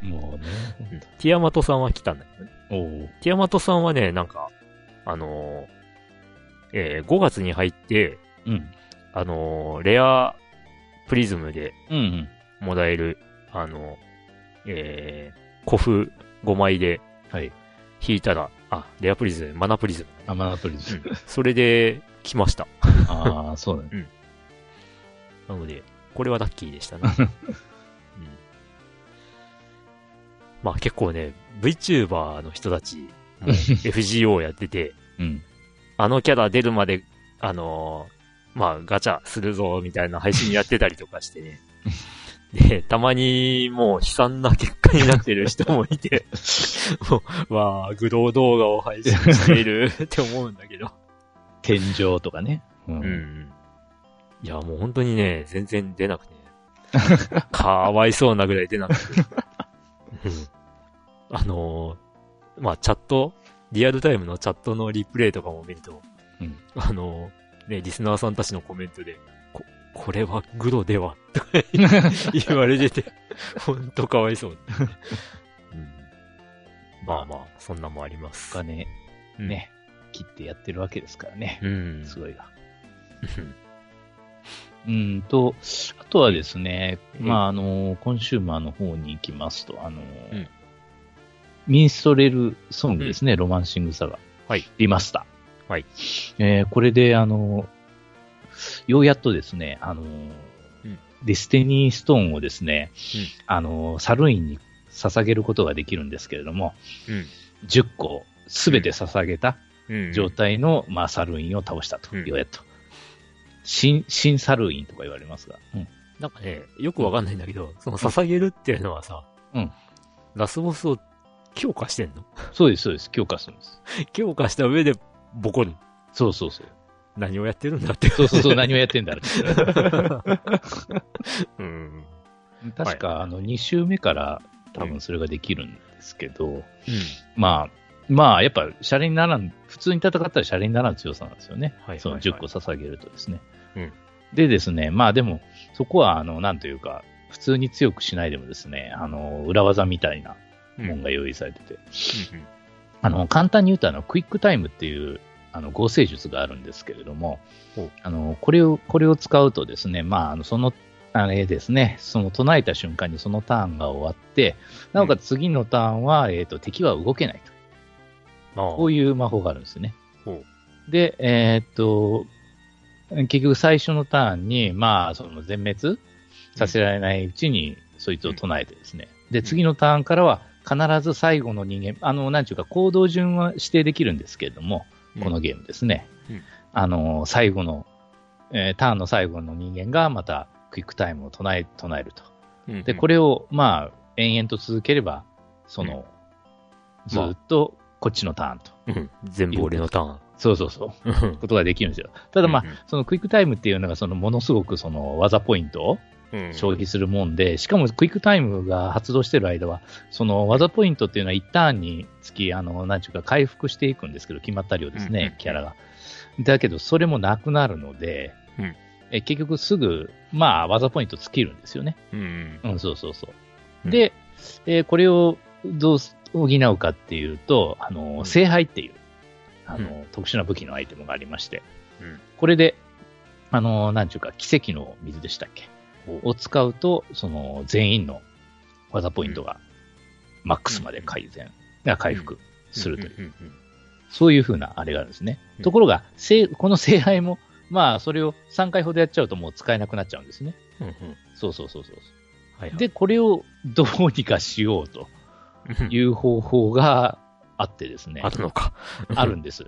もうね。ティアマトさんは来たんだけどね。おうティアマトさんはね、なんか、あのーえー5月に入って、うん。あのーレアプリズムでうんうん。もらえる、あのえー、古風5枚ではい。引いたら、あ、レアプリズム、マナプリズム。アマナトリズ。それで、来ました。ああ、そうだね。なので、これはラッキーでしたね。うん、まあ結構ね、VTuber の人たち、も FGO やってて、うん。あのキャラ出るまで、あのーまあガチャするぞ、みたいな配信やってたりとかしてね。で、たまにもう悲惨な結果になってる人もいて、もう、わあ、グロー動画を配信しているって思うんだけど。天井とかね。うんうんうん。いや、もう本当にね、全然出なくて。 かわいそうなぐらい出なくて。うんあのーまあ、チャット、リアルタイムのチャットのリプレイとかも見ると、うんあのーね、リスナーさんたちのコメントで、こ、これはグロでは、と か言われてて、ほんとかわい そう。うんまあまあ、そんなもあります。お金ね、切ってやってるわけですからね。うん。すごいわ。うんうんと、あとはですね、うんまあ、あの、コンシューマーの方に行きますと、あの、うんミンストレルソングですね、ロマンシングサガ。はい。リマスター。はい。えーこれで、あの、ようやっとですね、あの、んディスティニーストーンをですね、うんあの、サルーインに捧げることができるんですけれども、うん10個すべて捧げたうん。状態の、まあ、サルインを倒したと、うんようやっと。新、新サルインとか言われますが。うんなんかね、よくわかんないんだけど、その捧げるっていうのはさ、うんラスボスを強化してんのそうです、そうです。強化するんです。強化した上でボコる。そうそうそう。何をやってるんだって。そうそうそう、何をやってんだろ う。うん。確か、あの、2周目から多分それができるんですけど、うまあ、まあ、やっぱ、シャレにならん、普通に戦ったらシャレにならん強さなんですよね。はいそのはいはい10個捧げるとですね。うんでですね、まあでも、そこは、あの、なんというか、普通に強くしないでもですね、あの、裏技みたいなもんが用意されてて、あの、簡単に言うと、あの、クイックタイムっていう、あの、合成術があるんですけれどもほう、あの、これを、これを使うとですね、まあ、あの、その、あれですね、その唱えた瞬間にそのターンが終わって、なおかつ次のターンは、えっ、と、敵は動けないと。まあ、こういう魔法があるんですよねほ。で、えーっと、結局最初のターンに、まあ、その全滅させられないうちに、そいつを唱えてですね。で、次のターンからは、必ず最後の人間、あの、なんちゅうか、行動順は指定できるんですけれども、うんこのゲームですね。うんあの、最後の、えーターンの最後の人間が、また、クイックタイムを唱え、唱えると。うんで、これを、まあ、延々と続ければ、その、ずーっと、こっちのターンと。うん全部俺のターン。そうそうそう。うんことができるんですよ。ただまあ、うんうんそのクイックタイムっていうのが、そのものすごくその技ポイントをうん消費するもんで、しかもクイックタイムが発動してる間は、その技ポイントっていうのは一ターンにつき、あの、なんちゅうか回復していくんですけど、決まった量ですね、うんうんうんキャラが。だけど、それもなくなるので、うんえ結局すぐ、まあ、技ポイント尽きるんですよね。うん。うん、そうそうそうう。んで、えーこれをどうす補うかっていうと、あのうー、ん聖杯っていう、あのーう、特殊な武器のアイテムがありまして、うんこれで、あのー、なんちゅうか、奇跡の水でしたっけを使うと、その、全員の技ポイントが、マックスまで改善、あ回復するという、うんうんそういうふうなあれがあるんですね。うんところが、聖この聖杯も、まあ、それを3回ほどやっちゃうともう使えなくなっちゃうんですね。うんうんうんそうそうそうそう。はいはいで、これをどうにかしようとうんいう方法があってですね、あるのか。あるんです。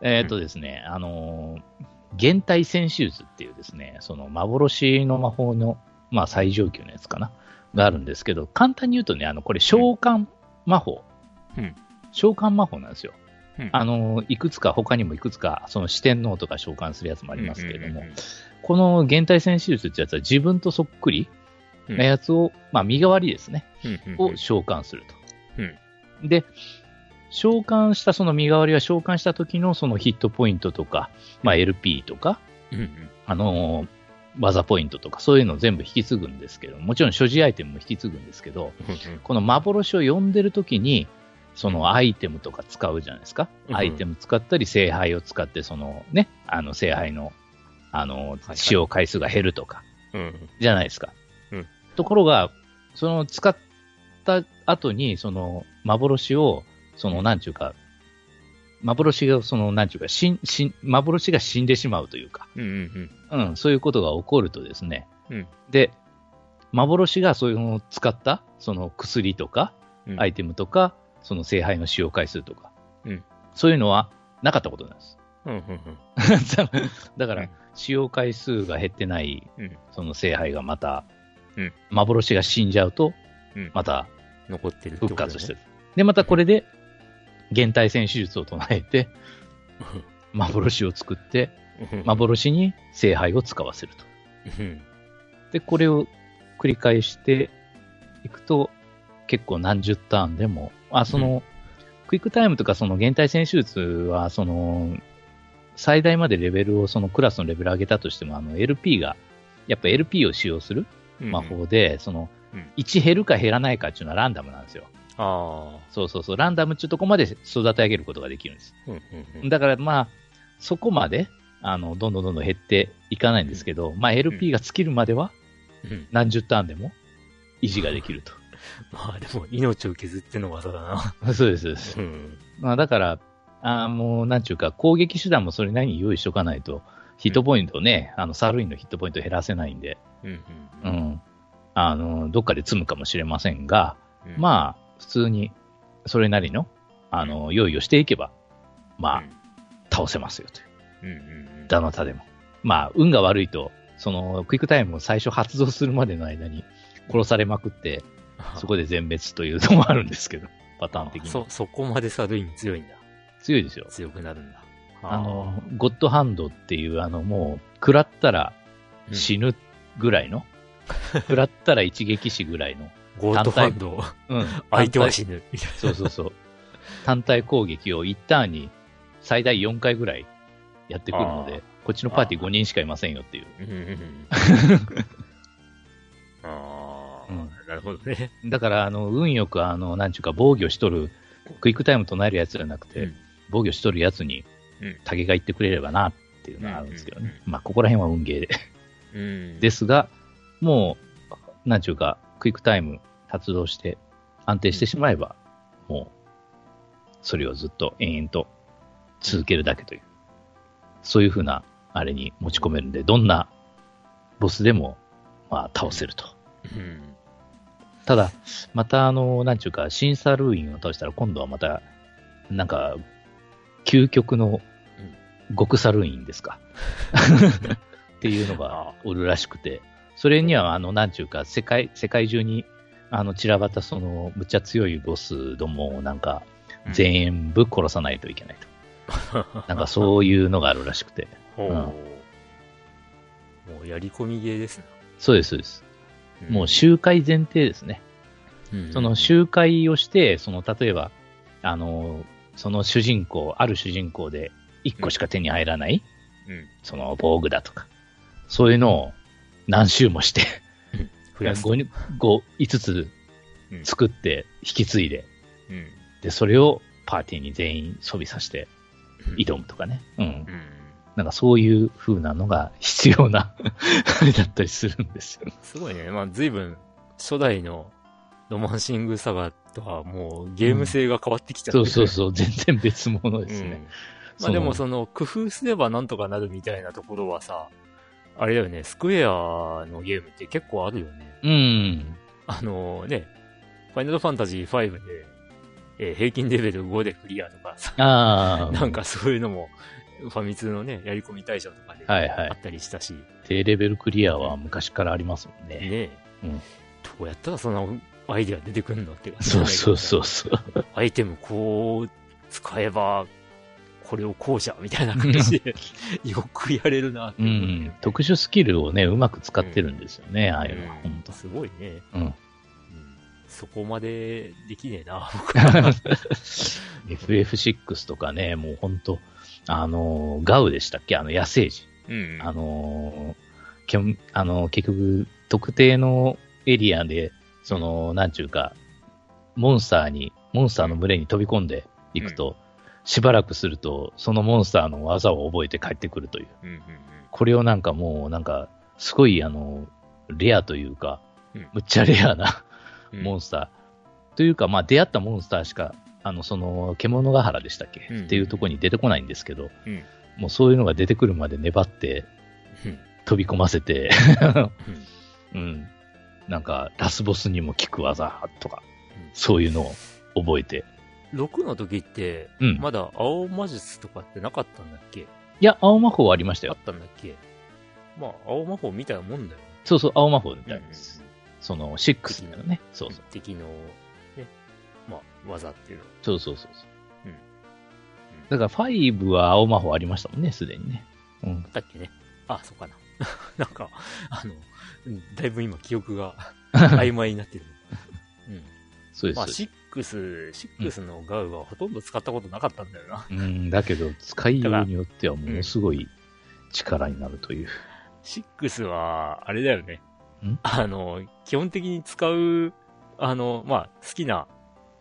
えっ、とですね、あのー、減体戦手術っていうですね、その幻の魔法の、まあ、最上級のやつかな、があるんですけど、簡単に言うとね、あのこれ、召喚魔法うん召喚魔法なんですよ。うんあの、いくつか、他にもいくつか、その四天王とか召喚するやつもありますけれども、うんうんうんこの現代戦手術ってやつは自分とそっくりなやつを、まあ身代わりですね、うんうんうんを召喚すると。で、召喚したその身代わりは召喚した時のそのヒットポイントとか、まあ LP とか、うんうんあのー技ポイントとかそういうのを全部引き継ぐんですけど、もちろん所持アイテムも引き継ぐんですけど、この幻を呼んでる時に、そのアイテムとか使うじゃないですか。うんアイテム使ったり、聖杯を使って、そのね、あの聖杯の、あのは、い使用回数が減るとか、うんうんじゃないですか。うんところが、その使った後に、その幻を、その、なんちゅうか、幻が、その、なんちゅうか、死ん、死ん、幻が死んでしまうというか、うんうんうん、そういうことが起こるとですね、うんで、幻がそういうのを使った、その薬とか、うんアイテムとか、その聖杯の使用回数とか、うんそういうのはなかったことなんです。うんうんうん だかうらん、使用回数が減ってない、うんその聖杯がまた、うん幻が死んじゃうと、うんまた残ってるって復ことだよね活してる。で、またこれで、減退戦手術を唱えて、幻を作って、うんうん幻に聖杯を使わせると。うんで、これを繰り返していくと、結構何十ターンでも、あ、その、クイックタイムとか、その、減退戦手術は、その、最大までレベルを、そのクラスのレベル上げたとしても、あの、LP が、やっぱ LP を使用するうん魔法で、そのうん、 1減るか減らないかっていうのはランダムなんですよ。ああそうそうそう、ランダムっていうとこまで育て上げることができるんです。うんうんうんだからまあ、そこまで、あの、どんどんどんどん減っていかないんですけど、まあ LP が尽きるまでは、うん何十ターンでも維持ができると。まあでも命を削っての技だな そうです、そうです。うんまあだから、あーもう、なんちゅうか、攻撃手段もそれなりに用意しとかないと、ヒットポイントをね、あの、サルインのヒットポイント減らせないんで、うんうんううんん。あの、どっかで積むかもしれませんが、うんまあ、普通に、それなりの、あの、用意をしていけば、まあ、倒せますよという。うんうんうんどなたでも。まあ、運が悪いと、その、クイックタイムを最初発動するまでの間に殺されまくって、そこで全滅というのもあるんですけど、パターン的に。そそこまでサルイン強いんだ強いですよ。強くなるんだあの、ゴッドハンドっていう、あの、もう、食らったらうん死ぬぐら いの、食らったら一撃死ぐらいの、ゴートファンドうん。相手は死ぬみたい単体そうそうそう。単体攻撃を一ターンに最大4回ぐらいやってくるのあで、こっちのパーティー5人しかいませんよっていう。なうんうんうんあうんあなるほどねだから、あの、運よく、あの、なんちゅうか、防御しとる、クイックタイム唱えるやつじゃなくて、うん防御しとるやつにうん、タゲが行ってくれればな、っていうのはあるんですけどね。うんうんまあ、ここら辺は運ゲーで。うんですが、もう、なんちゅうか、クイックタイム発動して、安定してしまえば、もう、それをずっと延々と続けるだけという、そういうふうな、あれに持ち込めるんで、どんなボスでも、まあ、倒せると。うんただ、また、あの、なんちゅうか、審査ルーインを倒したら、今度はまた、なんか、究極の極サルーインですか。 っていうのがおるらしくて、それには、あの、なんちゅうか、世界、世界中に、あの、散らばった、その、むっちゃ強いボスどもを、なんか、全部殺さないといけない と。なんか、そういうのがあるらしくて。ほううんもうやり込みゲーですなそうです、そうです。もう周回前提ですね。その集会をして、その例えば、あの、その主人公、ある主人公で1個しか手に入らない、うんその防具だとか、そういうのを何周もして、増やすと 5, 5, 5つうん作って引き継いで、うんで、それをパーティーに全員装備させて挑むとかね。うんう。んなんかそういう風なのが必要なあれだったりするんですよ。すごいね。まあ、随分、初代のロマンシングサガとはもうゲーム性が変わってきちゃってそる、うそうそう、全然別物ですうねん。まあでもそその、工夫すればなんとかなるみたいなところはさ、あれだよね、スクエアのゲームって結構あるよね。うん。あのね、ファイナルファンタジー5で、えー平均レベル5でクリアとかさ、ああ。なんかそういうのも、ファミ通のね、やり込み対象とかではいはいあったりしたし、低レベルクリアは昔からありますもんね。ねえ、うんどうやったらそんなアイディア出てくんのって。そうそうそうそう。アイテムこう使えば、これをこうじゃ、みたいな感じで、よくやれるなってう思ん。特殊スキルをね、うまく使ってるんですよね、ああいうのは。うほんんと。 すごいね。うん。うんそこまでできねえな、僕 FF6 とかね、もうほんと、あのー、ガウでしたっけあの、野生児。うんあのーけんあのー結局、特定のエリアで、その、なんちゅうか、モンスターに、モンスターの群れに飛び込んでいくと、しばらくすると、そのモンスターの技を覚えて帰ってくるという。うんうんこれをなんかもう、なんか、すごい、あの、レアというかうん、むっちゃレアなうんうんモンスター。というか、まあ、出会ったモンスターしか、あの、その、獣ヶ原でしたっけ、うんっていうところに出てこないんですけど、うんもうそういうのが出てくるまで粘って、うん飛び込ませて、 うん。なんか、ラスボスにも効く技とか、うんそういうのを覚えて。 6の時って、うん。まだ青魔術とかってなかったんだっけいや、青魔法はありましたあっよ。たんだっけまあ、青魔法みたいなもんだよね。そうそう、青魔法みたいです。その、6のね。そうそう。敵の、ね、まあ、技っていうの。そうそうそうそうう。んだから、5は青魔法ありましたもんね、すでにね。うん。だっけね。あ、そうかな。 なんか、あの、うんだいぶ今記憶 が曖昧になってる。うん。そうです。まあ、6、6のガウはほとんど使ったことなかったんだよな。うん、だけど、使いようによってはものすごい力になるという。 6は、あれだよねん。あの、基本的に使う、あの、まあ、好きな、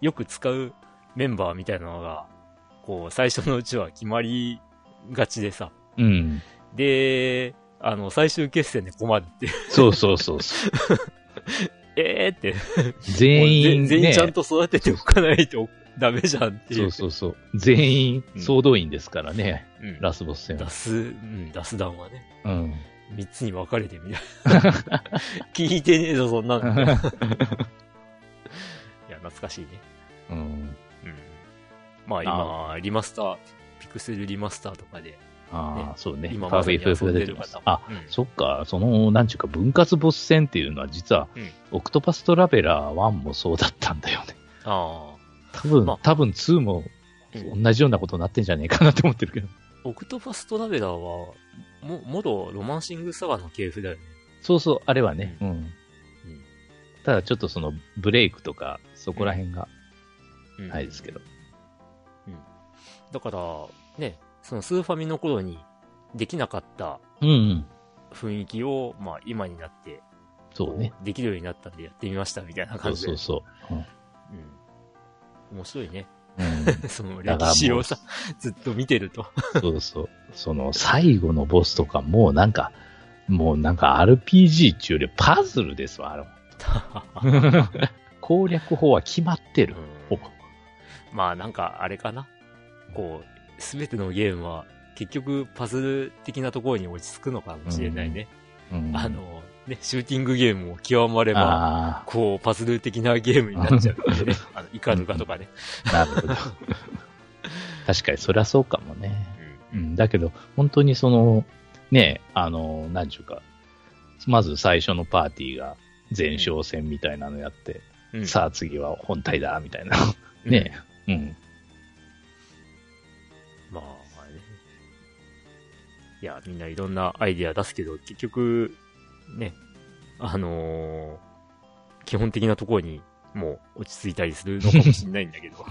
よく使うメンバーみたいなのが、こう、最初のうちは決まりがちでさ。うん。で、あの、最終決戦で困るっていう。 そうそうそうそう。えーって。全員、もうね、ぜ全員ちゃんと育てておかないとダメじゃんってい。そううそうそう。全員、うん総動員ですからね、うんラスボス戦出は。す、うん、出す弾はね。うん。三つに分かれて みたいな。聞いてねえぞ、そんな の。いや、懐かしいね。うん。うん。まあ今、リマスター、ピクセルリマスターとかで、ああ、そうね。今まさに遊んでるます方。あ、うんそっか、その、なんちゅうか、分割ボス戦っていうのは実は、うんオクトパストラベラー1もそうだったんだよね。ああ。多分、まあ多分2もうん同じようなことになってんじゃねえかなと思ってるけど。オクトパストラベラーは、も、もろロマンシングサガの系譜だよね。そうそう、あれはね。うん。ただちょっとその、ブレイクとか、そこら辺が、うんないですけど。だから、ね、そのスーファミの頃にできなかったうんうん。雰囲気を、まあ今になって、そうね。できるようになったんでやってみましたみたいなそ感うじそで。うそう。うんうん。面白いね。 うんそのだ歴から史もをうさ、 ずっと見てると。そうそう。その最後のボスとかもうなんか、もうなんか RPG 中でパズルですわ、あれも 攻略法は決まってる。うんまあなんかあれかな。こう、すべてのゲームは結局パズル的なところに落ち着くのかもしれないね。うんあ、の、ね、シューティングゲームを極まれば、あこう、パズル的なゲームになっちゃうんで ね。あの、イカルカとかね。あ、なる ほど。確かにそりゃそうかもね。ううんん、だけど、本当にその、ね、あの、なんちゅうか、まず最初のパーティーが前哨戦みたいなのやって、うんさあ次は本体だ、みたいな。うんね、うん。まあ、あれね。いや、みんないろんなアイディア出すけど、結局、ね、あのー基本的なところにもう落ち着いたりするのかもしれないんだけ ど。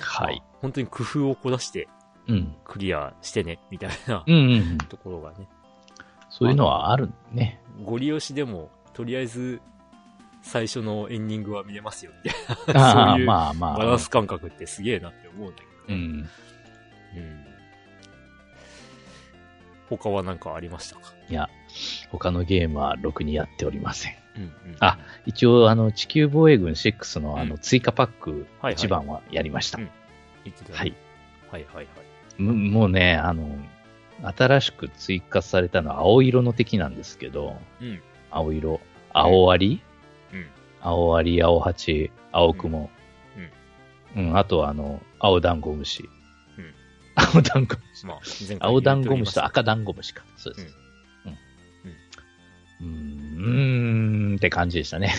はい。。本当に工夫を凝らしてうん。クリアしてね、みたいなうん、うんうん。ところがね。そういうのはあるね。ご利用しでも、とりあえず、最初のエンディングは見れますよ、みたいあそあういうまあまな。あ。バランス感覚ってすげえなって思うんだうけどね。ん。うん。他は何かありましたかいや、他のゲームはろくにやっておりません。うんうんあ、一応、あの、地球防衛軍6のあうの、追加パックはいはい1番はやりました。うはんい、言ってたねはいはいはい。むもうね、あの、新しく追加されたのは青色の敵なんですけど、うん。青色、青アリ、うん青アリ、青蜂、青雲。うん。うん、あとは、あの、青ダンゴムシ。うん。青ダンゴムシ。まあ、前回青ダンゴムシと言って赤ダンゴムシか。そうです。うん。うん。うーんって感じでしたね。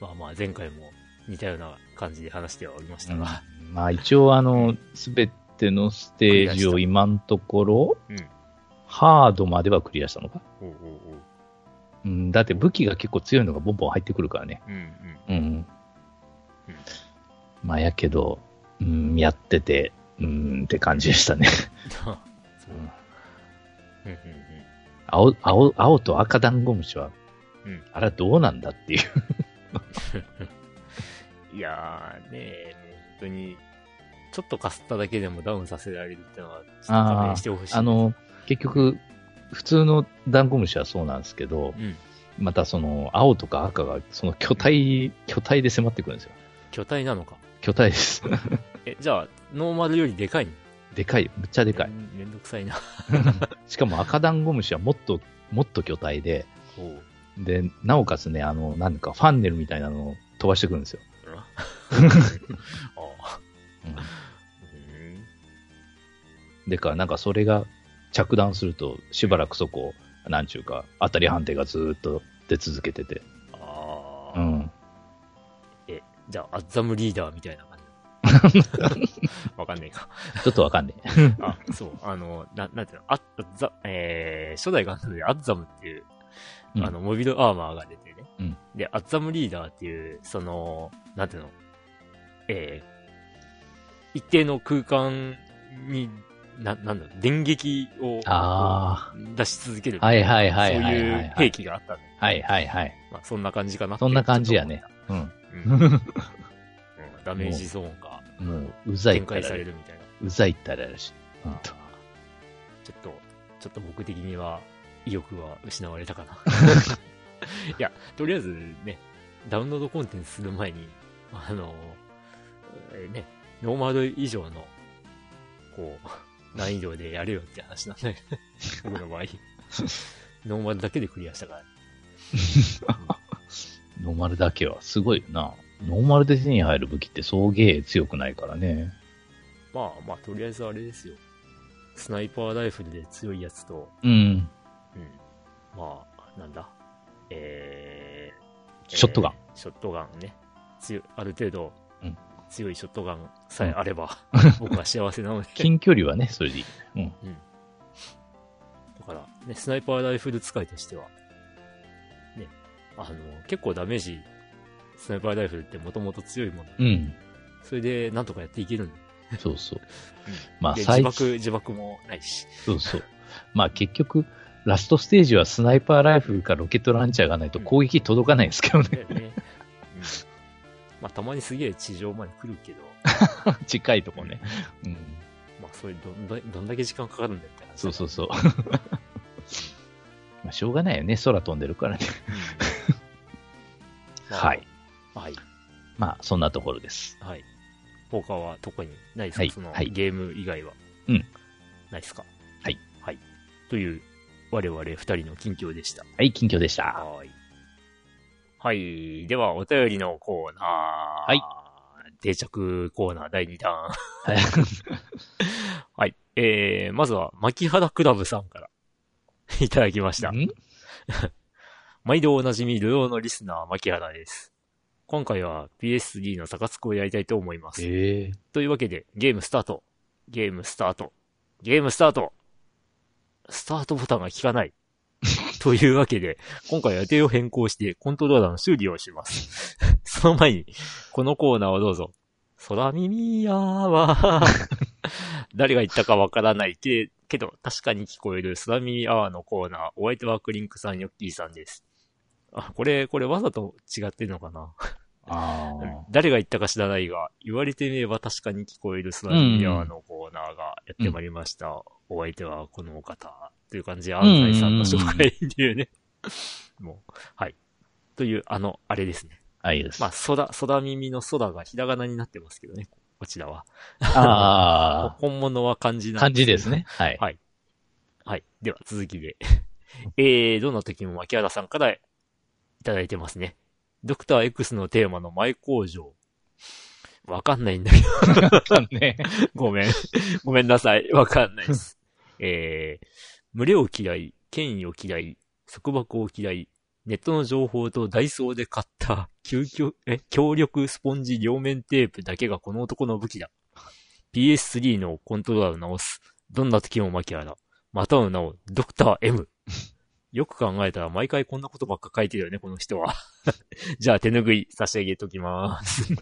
まあまあ、前回も似たような感じで話してはおりましたが、うんまあ一応あの、すべてのステージを今のところ、うんハードまではクリアしたのか。おうおうおううん、だって武器が結構強いのがボンボン入ってくるからね。うんうん。うん。まあやけど、うん、やってて、うんって感じでしたね。そう。うんうん青、青、青と赤ダンゴムシは、うんあれはどうなんだっていう。うん。いやーねえ、もう本当に、ちょっとかすっただけでもダウンさせられるってのは、ちょっとあー勘弁してほしい。あ、の、結局、普通のダンゴムシはそうなんですけう、どん。またその青とか赤が、その巨体、巨体で迫ってくるんですよ。巨体なのか。巨体です。 え、じゃあ、ノーマルよりでかいのでかい、むっちゃでかい。めん。めんどくさいな。しかも赤ダンゴムシはもっと、もっと巨体で、おう。で、なおかつね、あの、なんかファンネルみたいなのを飛ばしてくるんですよ。ああ。うんうんでか、なんかそれが着弾すると、しばらくそこ、なんちゅうか、当たり判定がずーっと出続けてて。あうあ。ん。え、じゃあ、アッザムリーダーみたいな感じ。わかんないか。ちょっとわかんねえ。あ、そう、あの、な、なんていうの、アッザ、えー、初代ガンダムでアッザムっていう、うんあの、モビルアーマーが出てね。うんで、アッザムリーダーっていう、その、なんていうの、えー、一定の空間に、な、なんだろう、電撃をあ出し続けるみあ。たはいいな。はいはそういはいはいいはうい。兵器があったんで、はいはいはい。まあ、そんな感じかなってそんな感じやね。うん。うん。うんダメージゾーンがもう、うざい展ったら開やされる。るみたいな。うざいったらやるし。うんとちょっと、ちょっと僕的には意欲は失われた かな。いや、とりあえずね、ダウンロードコンテンツする前に、あの、えーね、ノーマル以上の、こう、 難易度でやれよって話なんだけ ど、僕の場合。ノーマルだけでクリアしたから。ノーマルだけはすごいよな。ノーマルで手に入る武器って送迎強くないからね。まあまあ、とりあえずあれですよ。スナイパーライフルで強いやつと、うん。うん。まあ、なんだ。えー、ショットガンえーショットガンね。強い、ある程度、うん強いショットガンさえあれ ば、僕は幸せなので。 近距離はね、それでいい。だから、ね、スナイパーライフル使いとしては、ね、あの、結構ダメージ、スナイパーライフルってもともと強いもの。うん。それで、なんとかやっていけるんで。そうそう。まあ、で最自近爆、自爆もない し。そうそう。まあ結局、ラストステージはスナイパーライフルかロケットランチャーがないと攻撃届かないですけどね。 だよね。うんまあ、たまにすげえ地上まで来るけ ど、近いとこね。うん。まあ、それどんだ、どんだけ時間かかるんだよって話だそうそうそう。 まあしょうがないよね。空飛んでるからね。 は。い。はい。まあそんなところです。はい。他は特にないですか、はいそのはいゲーム以外は。うん。ないですかはい。はい。という、我々二人の近況でした。はい、近況でした。。はーい。はい。では、お便りのコーナー。はい定着コーナー第2弾。 はいはい。えー、まずは、牧原クラブさんから、 いただきました。ん毎度おなじみ、ルオーのリスナー、牧原です。今回は PS3 のサカツクをやりたいと思います。ええというわけで、ゲームスタート。ゲームスタート。ゲームスタート。スタートボタンが効かない。というわけで、今回は予定を変更してコントローラーの修理をします。 その前に、このコーナーをどうぞ。空耳やーは、誰が言ったかわからないけけど、確かに聞こえる空耳アワーのコーナー、お相手はクリンクさん、ヨッキーさんです。あ、これ、これわざと違ってるのかなあ誰が言ったか知らないが、言われてみれば確かに聞こえるスライヤーのコーナーがやってまいりました。お相手はこのお方。という感じで、安西さんの紹介っていうね。もう、はい。という、あの、あれですね。あ。あいいです。まあ、空、空耳の空がひらがなになってますけどね。こちらは。 あ本物は漢字あ。なん感ですじけどですね。はい。はい。では、続きで。 えー、どんな時も牧原さんからいただいてますね。ドクター X のテーマの前工場。わかんないんだけど。ね。 ごめん。ごめんなさい。わかんないです。えー、群れを嫌い、権威を嫌い、束縛を嫌い、ネットの情報とダイソーで買った究極、え、強力スポンジ両面テープだけがこの男の武器だ。PS3 のコントローラーを直す。どんな時もマキアだ。またの名を、ドクター M。よく考えたら毎回こんなことばっか書いてるよね、この人は。 じゃあ手拭い差し上げときます。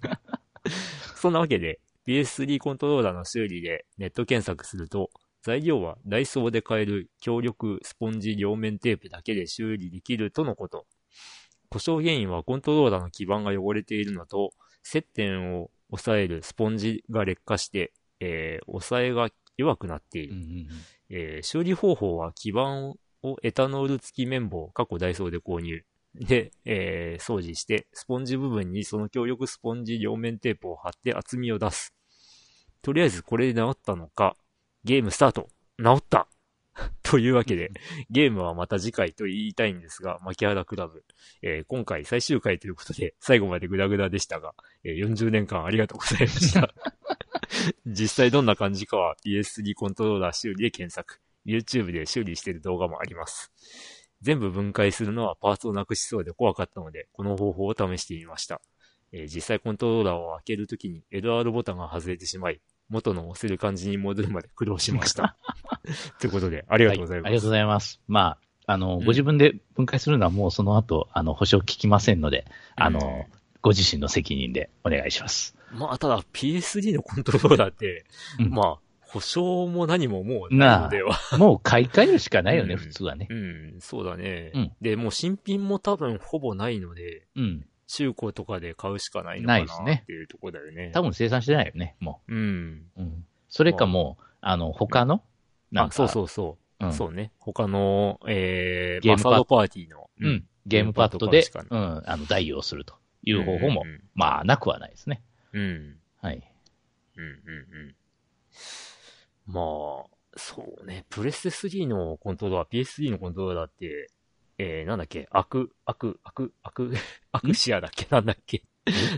そんなわけで、PS3 コントローラーの修理でネット検索すると、材料はダイソーで買える強力スポンジ両面テープだけで修理できるとのこと。故障原因はコントローラーの基板が汚れているのと、接点を抑えるスポンジが劣化して、えー、抑えが弱くなっているう。んえー修理方法は基板をエタノール付き綿棒、過去ダイソーで購入。で、えー掃除して、スポンジ部分にその強力スポンジ両面テープを貼って厚みを出す。とりあえずこれで治ったのか、ゲームスタート治った というわけで、ゲームはまた次回と言いたいんですが、牧原クラブ、えー今回最終回ということで、最後までグダグダでしたが、えー40年間ありがとうございま した。実際どんな感じかは PS3 コントローラー修理で検索。YouTube で修理してる動画もあります。全部分解するのはパーツをなくしそうで怖かったので、この方法を試してみました。えー実際コントローラーを開けるときに LR ボタンが外れてしまい、元の押せる感じに戻るまで苦労しま した。ということで、ありがとうございます。はいありがとうございます。まあ、あの、うんご自分で分解するのはもうその後、あの、保証聞きませんので、あの、うんご自身の責任でお願いします。まあ、ただ PS3 のコントローラーって、うんまあ、保証も何ももうないのでは。もう買い替えるしかないよね、うん普通はねう。ん、そうだね、うんで、もう新品も多分ほぼないので、うん。中古とかで買うしかないのないでかすなねっていうところだよね。多分生産してないよね、もうん。う。うん。それかもう、あの、他の、なんあ、か、そうそうそうう。ん。そうね。他の、えー、ゲまーあムサパッードパーティーの。うん。ゲームパッドゲでームパッドと、うかん、あの、代用するという方法も、うんまあ、なくはないですね。うん。うん。はい。うんうんうん。まあ、そうね。プレステ3のコントローラー、PS3 のコントローラーって、えー、なんだっけ、アク、アク、アク、アク、アクシアだっけなんだっけ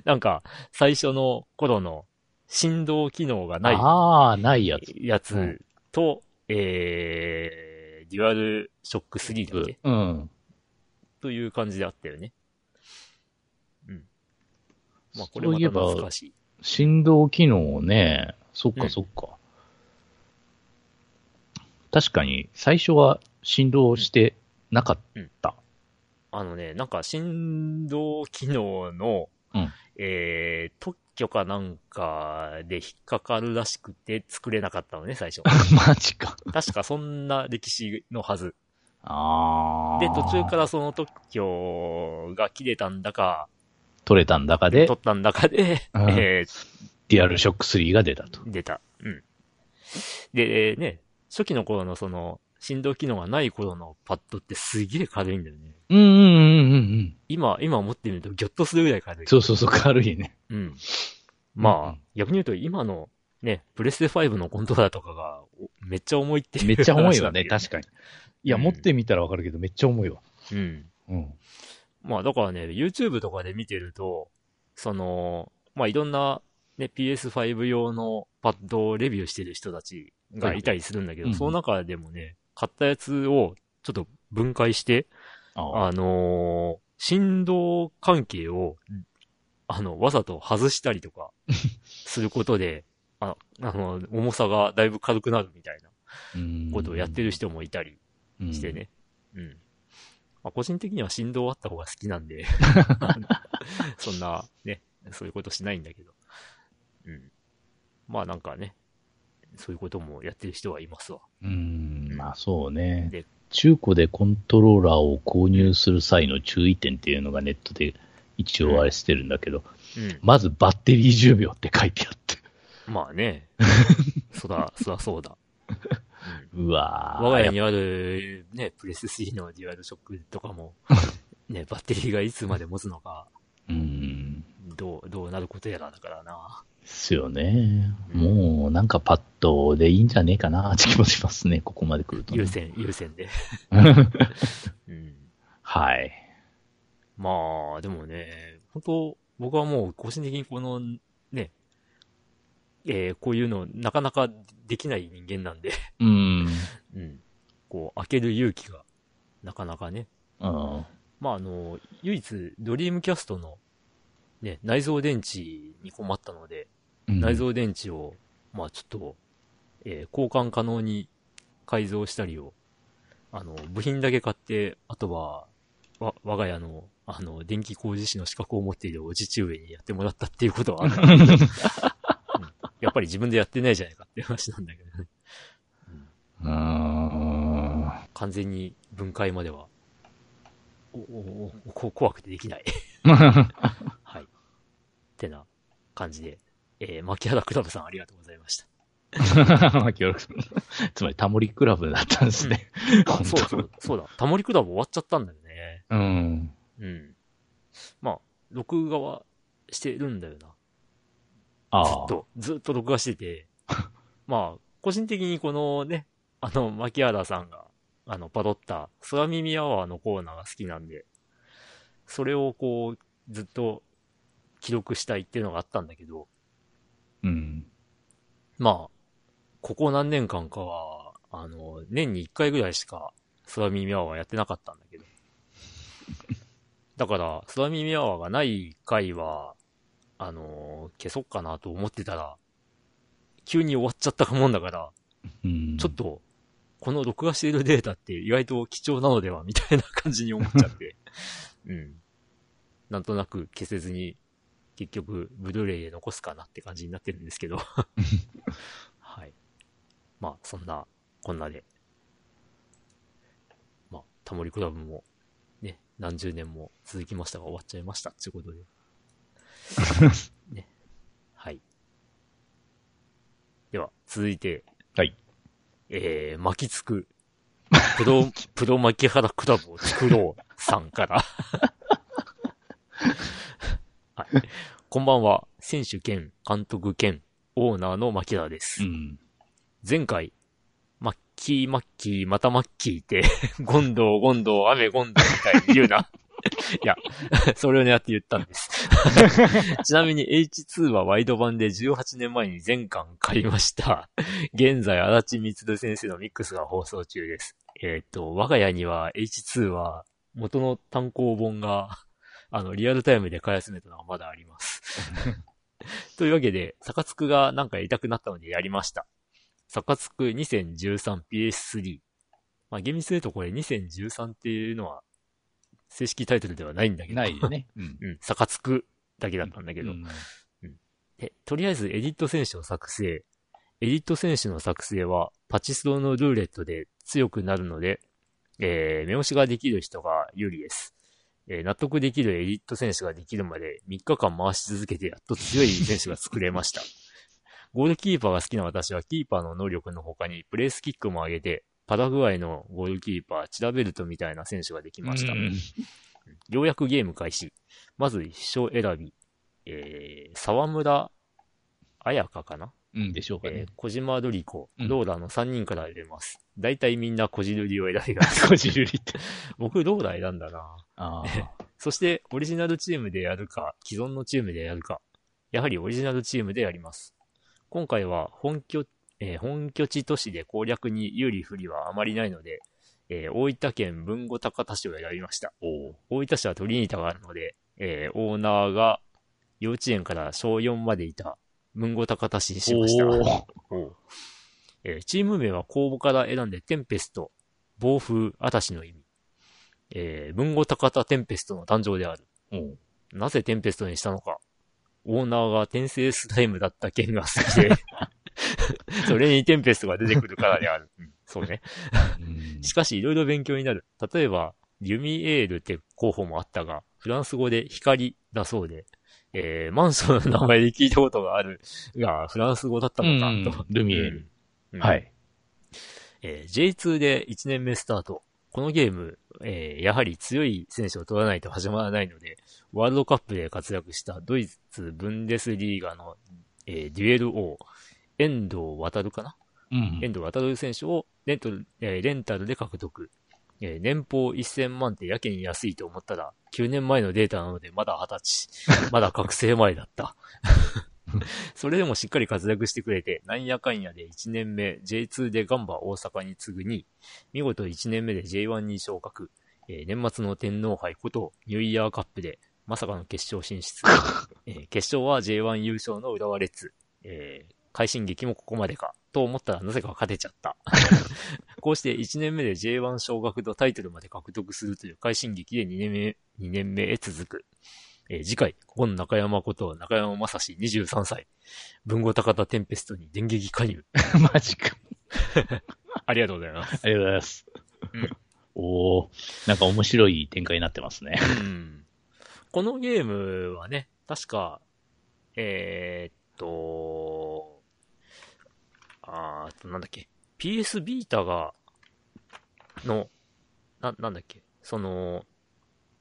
なんか、最初の頃の振動機能がないああ、ないやつ。やうつんと、えー、デュアルショック3だっけうん。という感じであったよね。うん。まあ、これそういえまたば懐かしい。振動機能をね、そっうかんそっか。確かに、最初は振動してなかった。あのね、なんか振動機能の、うんえー、特許かなんかで引っかかるらしくて作れなかったのね、最 初。マジか。確かそんな歴史のはず。ああ。で、途中からその特許が切れたんだか、取れたんだかで、取ったんだかで、うんえーデュアルショック3が出たと。出た。うん。で、ね、初期の頃のその振動機能がない頃のパッドってすげえ軽いんだよね。うんうんうんうんうん。今、今持ってみるとギョッとするぐらい軽い。そうそうそう、軽いね。うん。うんうまあん、逆に言うと今のね、プレステ5のコントローラーとかがおめっちゃ重いっていうめっちゃ重い わ話なね、んだけ確かに。いや、うん持ってみたらわかるけど、めっちゃ重いわ。ど。うん。うん。まあだからね、YouTube とかで見てると、その、まあいろんな、ね、PS5 用のパッドをレビューしてる人たちがいたりするんだけど、はいその中でもね、買ったやつをちょっと分解して、ああ。あのー振動関係を、あの、わざと外したりとか、することで、ああの、重さがだいぶ軽くなるみたいなことをやってる人もいたりしてね。うん。まあ、個人的には振動あった方が好きなんで、そんな、ね、そういうことしないんだけど。うん。まあなんかね、そういうこともやってる人はいますわ。うん。うん、まあそうねで。中古でコントローラーを購入する際の注意点っていうのがネットで一応あれしてるんだけど、うん。まずバッテリー10秒って書いてあって。まあね、そら、そらそうだ。うんうわー我が家にある、ね、プレス3のデュアルショックとか も、ね、バッテリーがいつまで持つのか、うん。どう、どうなることやらだからな。ですよね。うんもう、なんかパッドでいいんじゃねえかなって気もしますね、ここまで来るとね、優先、優先 で。うん、はい。まあ、でもね、本当僕はもう個人的にこの、ね、えーこういうのなかなかできない人間なんで、うん。うん、こう、開ける勇気が、なかなかね、うん。まあ、あの、唯一、ドリームキャストの、ね、内蔵電池に困ったので、うん内蔵電池を、まあちょっと、えー交換可能に改造したりを、あの、部品だけ買って、あとは、わ、我が家の、あの、電気工事士の資格を持っているお父上にやってもらったっていう ことはあったんだけど、うんやっぱり自分でやってないじゃないかっていう話なんだけどね。 あ完全に分解までは、お、お、お、こ怖くてでき ない。ーはい。ってな感じで、えー、牧原クラブさんありがとうございました。牧原さんつまりタモリクラブだったんですね。あ、そう本当そう、そうだ。タモリクラブ終わっちゃったんだよね。うん。うん。まあ、録画はしてるんだよあな。ずあっ。と、ずっと録画してて。まあ、個人的にこのね、あの、牧原さんが、あの、パロった、空耳アワーのコーナーが好きなんで、それをこう、ずっと記録したいっていうのがあったんだけど、うん。まあ、ここ何年間かは、あの、年に一回ぐらいしか、空耳アワーやってなかったんだけど。だから、空耳アワーがない回は、あの、消そうかなと思ってたら、急に終わっちゃったもんだから、うんちょっ。と、この録画しているデータって意外と貴重なのではみたいな感じに思っちゃ って。うん。なんとなく消せずに、結局、ブルーレイで残すかなって感じになってるんですけ ど。はい。まあ、そんな、こんなで。まあ、タモリクラブも、ね、何十年も続きましたが終わっちゃいましたっていう ことで。ね。はい。では、続いて、はい。えー、巻きつく、プ ロ、プロ巻き原クラブを作ろうさんから。はい、こんばんは、選手兼監督兼オーナーの巻原です。うん。前回、マッキーマッキーまたマッキーって、 ゴンドウゴンドウ雨ゴンドウみたいに言うな。いや、 それを狙って言ったんです。ちなみに H2 はワイド版で18年前に全巻買いました。現在、足立光先生のミックスが放送中です。えーっと、我が家には H2 は元の単行本が、あの、リアルタイムで買い集めたのがまだあります。というわけで、サカツクがなんかやりたくなったのでやりました。サカツク 2013PS3。まあ、厳密に言うとこれ2013っていうのは、正式タイトルではないんだけど。ないよね。うん。うん、サカツクだけだったんだけど。うんでとりあえずエディット選手の作成。エディット選手の作成は、パチスロのルーレットで強くなるので、えー、目押しができる人が有利です。えー納得できるエディット選手ができるまで3日間回し続けてやっと強い選手が作れま した。ゴールキーパーが好きな私はキーパーの能力の他にプレースキックも上げて、パラグアイのゴールキーパー、チラベルトみたいな選手ができました。うんようやくゲーム開始。まず一勝選び。えー、沢村彩香かな、うんでしょうかえねー。小島瑠璃子、うんローラの3人から選べます。大体みんな小じるりを選びます。 少しゆりって。僕、ローラ選んだな。あそして、オリジナルチームでやるか、既存のチームでやるか、やはりオリジナルチームでやります。今回は本拠、えー本拠地都市で攻略に有利不利はあまりないので、えー大分県豊後高田市を選びました。大分市はトリニータがあるので、えーオーナーが幼稚園から小4までいた豊後高田市にあ。しました。おえーチーム名は公募から選んで、テンペスト、暴風、嵐の意味。えー、文語高田テンペストの誕生である。ーなぜテンペストにしたのか。オーナーが転生スライムだった件が好き で、それにテンペストが出てくるからである。うんそうね。うんしかし、いろいろ勉強になる。例えば、ユミエールって候補もあったが、フランス語で光だそうで、えー、マンションの名前で聞いたことがあるが、フランス語だったのか、うんと。ルミエール。うん。ははい。い。えー J2 で1年目スタート。このゲーム、えーやはり強い選手を取らないと始まらないので、ワールドカップで活躍したドイツ・ブンデスリーガの、えーデュエル王、遠藤航かなうん遠藤航選手をレントル、えーレンタルで獲得。えー年俸1000万ってやけに安いと思ったら、9年前のデータなのでまだ20歳。 まだ覚醒前だった。 それでもしっかり活躍してくれて、なんやかんやで1年目、J2 でガンバ大阪に次ぐ2位、見事1年目で J1 に昇格。えー年末の天皇杯ことニューイヤーカップで、まさかの決勝進 出。えー決勝は J1 優勝の浦和レッズ。えー快進撃もここまでか。と思ったらなぜか勝てちゃった。 こうして1年目で J1 昇格とタイトルまで獲得するという快進撃で2年目、2年目へ続く。えー次回、ここの中山こと中山正史23歳。文豪高田テンペストに電撃加入。マジか。ありがとうございます。ありがとうございます。うんおおなんか面白い展開になってますね。うんこのゲームはね、確か、えー、っと、あーっと、なんだっけ、PS ビータが、の、な、なんだっけ、その、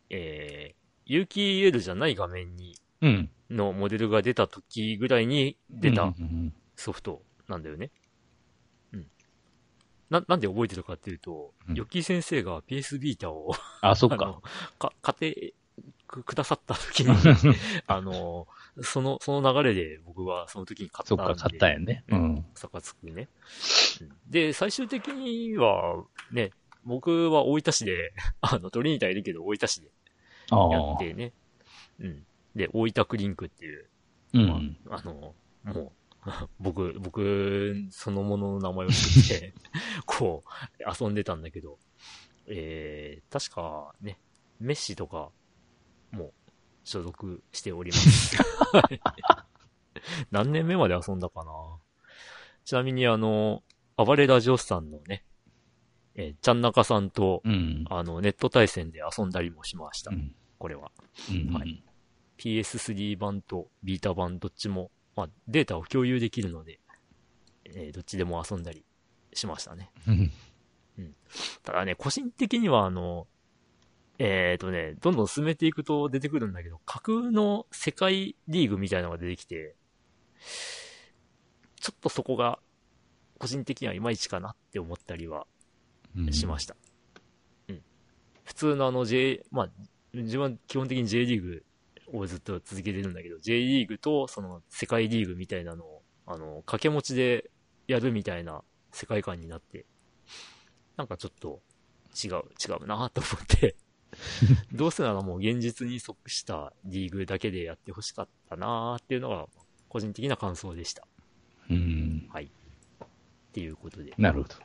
えー、有機 EL じゃない画面に、うん。のモデルが出た時ぐらいに出うんたうんうんソフトなんだよね。うん。な、なんで覚えてるかっていうと、うんヨッキー先生が PS ビータをあ、そっあかの。か、家庭、く、くださった時に、あの、その、その流れで僕はその時に買ったそんっで。か、買ったんやね。うん。サカツくね。で、最終的には、ね、僕は大分市で、あの、トリニタいるけど大分市であやあっ。てね。うん。で、大分クリンクっていう、うん。あの、もう、 僕、僕そのものの名前を知って、 こう、遊んでたんだけど、えー、確かね、メッシとかも所属しており ます。何年目まで遊んだかなちなみにあの、暴れラジオスさんのね、えー、ちゃんなかさんと、うん。あの、ネット対戦で遊んだりもしました。うんこれは。うんはい PS3 版とビータ版どっちも、まあ、データを共有できるので、えーどっちでも遊んだりしましたね。うんただね、個人的にはあの、えっ、とね、どんどん進めていくと出てくるんだけど、架空の世界リーグみたいなのが出てきて、ちょっとそこが、個人的にはいまいちかなって思ったりはうんしました。うん。普通のあの J、まあ、自分は基本的に J リーグをずっと続けてるんだけど、J リーグとその世界リーグみたいなのを、あの、掛け持ちでやるみたいな世界観になって、なんかちょっと違う、違うなと思 って、どうせならもう現実に即したリーグだけでやってほしかったなっていうのが、個人的な感想でした。っうん。ていうことで。なるほど。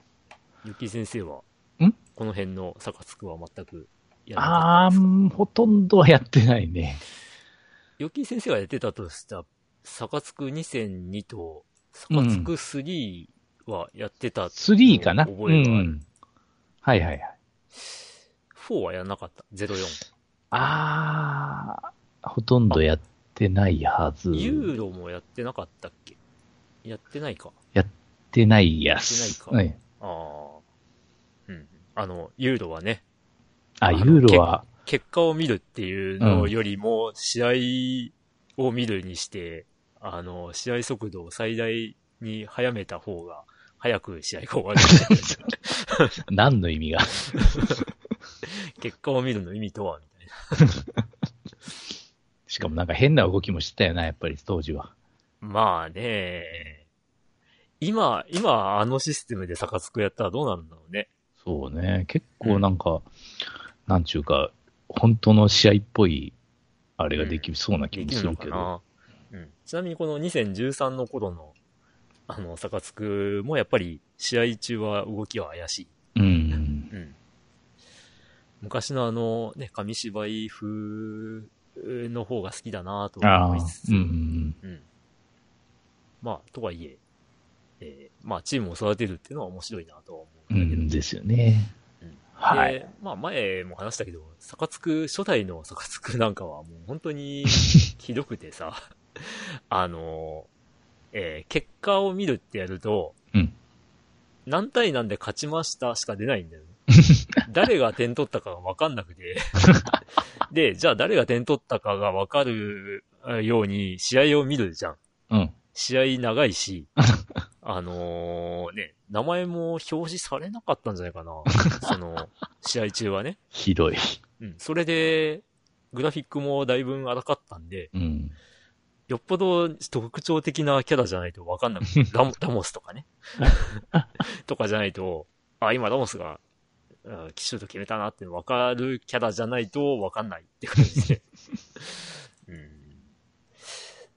ゆき先生は、んこの辺のサカツクは全くやらなかあったですかー、ほとんどはやってないね。ゆき先生がやってたとした、サカツク2002と、サカツク3はやってた、 3かな。覚えがあるうん。はいはいはい。 4はやらなかった、04。あー、ほとんどやってないはず。ユやっーロもやってなかったっけやってないか。てないややっつ。てないうんああ。うん。あの、ユーロはね、あ、あユのーロは、結果を見るっていうのよりも、試合を見るにして、あの、試合速度を最大に早めた方が、早く試合が終わる。 何の意味が。結果を見るの意味とは、みたいな。しかもなんか変な動きもしてたよな、やっぱり当時は。まあね、今、今、あのシステムでサカツクやったらどうなるんだろうね。そうね。結構なんか、なんちゅうか、本当の試合っぽい、あれができそうなで気もきるすのるかけど。な。うん、ちなみにこの2013の頃の、あの、サカツクもやっぱり試合中は動きは怪しい。うん。うん。昔のあの、ね、紙芝居風の方が好きだなとあ思いあつ、つ、うんうんうん。まあ、とはいえ、えーまあ、チームを育てるっていうのは面白いなとは思う。うんうんだけど。んですよねうん。はい。で、まあ前も話したけど、サカツク、初代のサカツクなんかはもう本当 にひどくてさ、あの、えー結果を見るってやると、うん何対何で勝ちましたしか出ないんだ よね。誰が点取ったかがわかんなくて。で、じゃあ誰が点取ったかがわかるように試合を見るじゃん。うん。試合長いし、あのーね、名前も表示されなかったんじゃないかな。その、試合中はね。ひどい。うん。それで、グラフィックもだいぶ荒かったんで、うん。よっぽど特徴的なキャラじゃないとわかんなく て、ラモラモスとかね。とかじゃないと、あ、今ラモスがうん騎手と決めたなって分かるキャラじゃないと分かんないって感じ で。うん。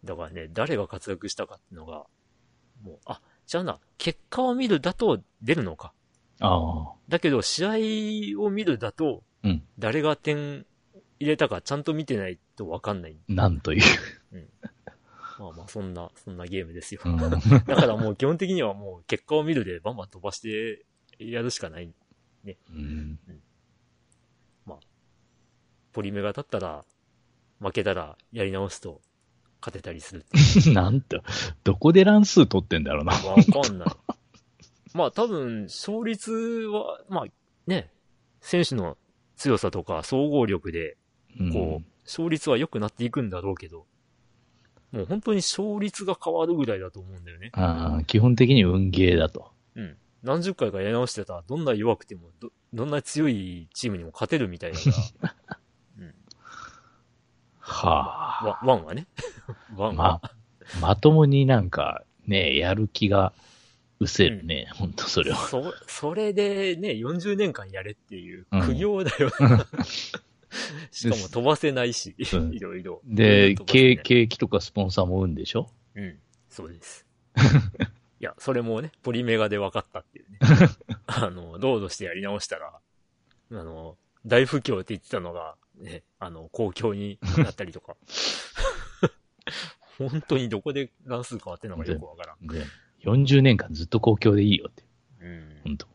だからね、誰が活躍したかってのが、もう、あ、じゃあな、結果を見るだと出るのか。ああ。だけど、試合を見るだとうん、誰が点入れたかちゃんと見てないと分かんない。なんという。まあまあ、そんな、そんなゲームですよ。うんだからもう基本的にはもう結果を見るでバンバン飛ばしてやるしかない。うん。ポリメが立ったら、負けたらやり直すと勝てたりするって なんと、どこで乱数取ってんだろうな。わかんない。 まあ多分、勝率は、まあね、選手の強さとか総合力で、うんこう、勝率は良くなっていくんだろうけど、もう本当に勝率が変わるぐらいだと思うんだよね。ああ、基本的に運ゲーだと。うん。何十回かやり直してたら、どんな弱くてもど、どんな強いチームにも勝てるみたいだから。はあ。ワンワンはね。 ワンはま。、まともになんか、ね、やる気が、うせるね、ほんとそれは。そ、それでね、40年間やれっていううん苦行だよ。しかも飛ばせないし、うんいろいろ。で、飛ばせないけ景気とかスポンサーも生んでしょうん。そうです。いや、それもね、ポリメガで分かったって いうね。あの、ロードしてやり直したら、あの、大不況って言ってたのが、ね、あの、公共になったりと か。本当にどこで乱数変わってんのかよくわからん。で、40年間ずっと公共でいいよって、うんほんと。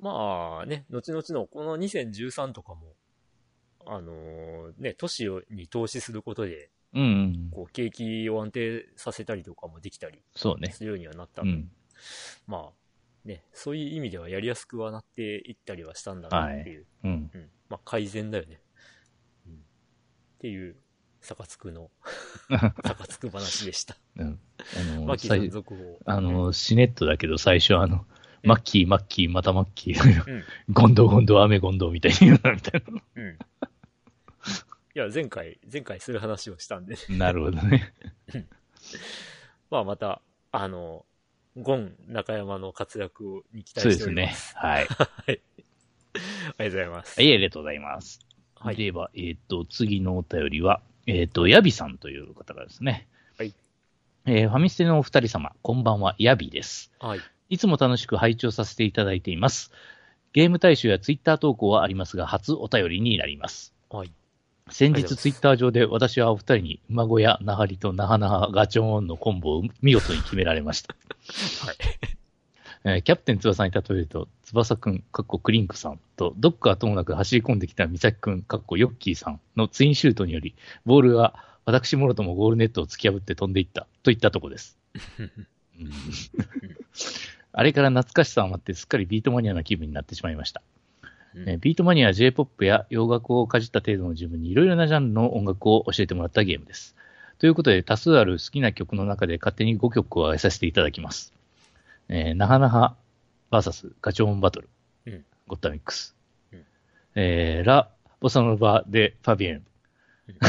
まあね、後々のこの2013とかも、あのーね、都市をに投資することで、うん、うん。こう、景気を安定させたりとかもできたりそうね。するようにはなった。うん。まあ、ね、そういう意味ではやりやすくはなっていったりはしたんだなっていう、うん。うん、まあ改善だよね。うん、っていう、サカツク の、サカツク話でした。うん。あマの、キさん最続報。あの、シネットだけど最初あの、うんマッキー、マッキー、またマッキうー、ん、ゴンドウゴンドウ、雨ゴンドウみたいに言うな、みたいうん。いや、前回、前回する話をしたんで、な。なるほどね。まあまた、あの、ゴン中山の活躍に 期そ待うでしておすりまねす。。はい。ありがとうございます。はい、ありがとうございます。はいでは、えっ、と、次のお便りは、えっ、と、ヤビさんという方がですね。はい。えーファミステのお二人様、こんばんは、ヤビです。はい。いつも楽しく拝聴させていただいています。ゲーム大賞やツイッター投稿はありますが、初お便りになります。はい。先ありがとうございま日すツイッター上で私はお二人に馬小屋、ナハリとナハナハガチョーンのコンボを見事に決められました。 はいえーキャプテン翼に例えると、翼くん、かっこクリンクさんと、どっかともなく走り込んできた美咲くん、かっこヨッキーさんのツインシュートにより、ボールが私もろともゴールネットを突き破って飛んでいったといったと こです。うん あれから懐かしさを余ってすっかりビートマニアな気分になってしまいました。うんねビートマニア、J-POP や洋楽をかじった程度の自分にいろいろなジャンルの音楽を教えてもらったゲームです。ということで、多数ある好きな曲の中で勝手に5曲を挙げさせていただきます。えー、なはなは VS ガチョーンバトル、うんゴッタミックス、うんえーラ・ボサノバ・でファビエン、うん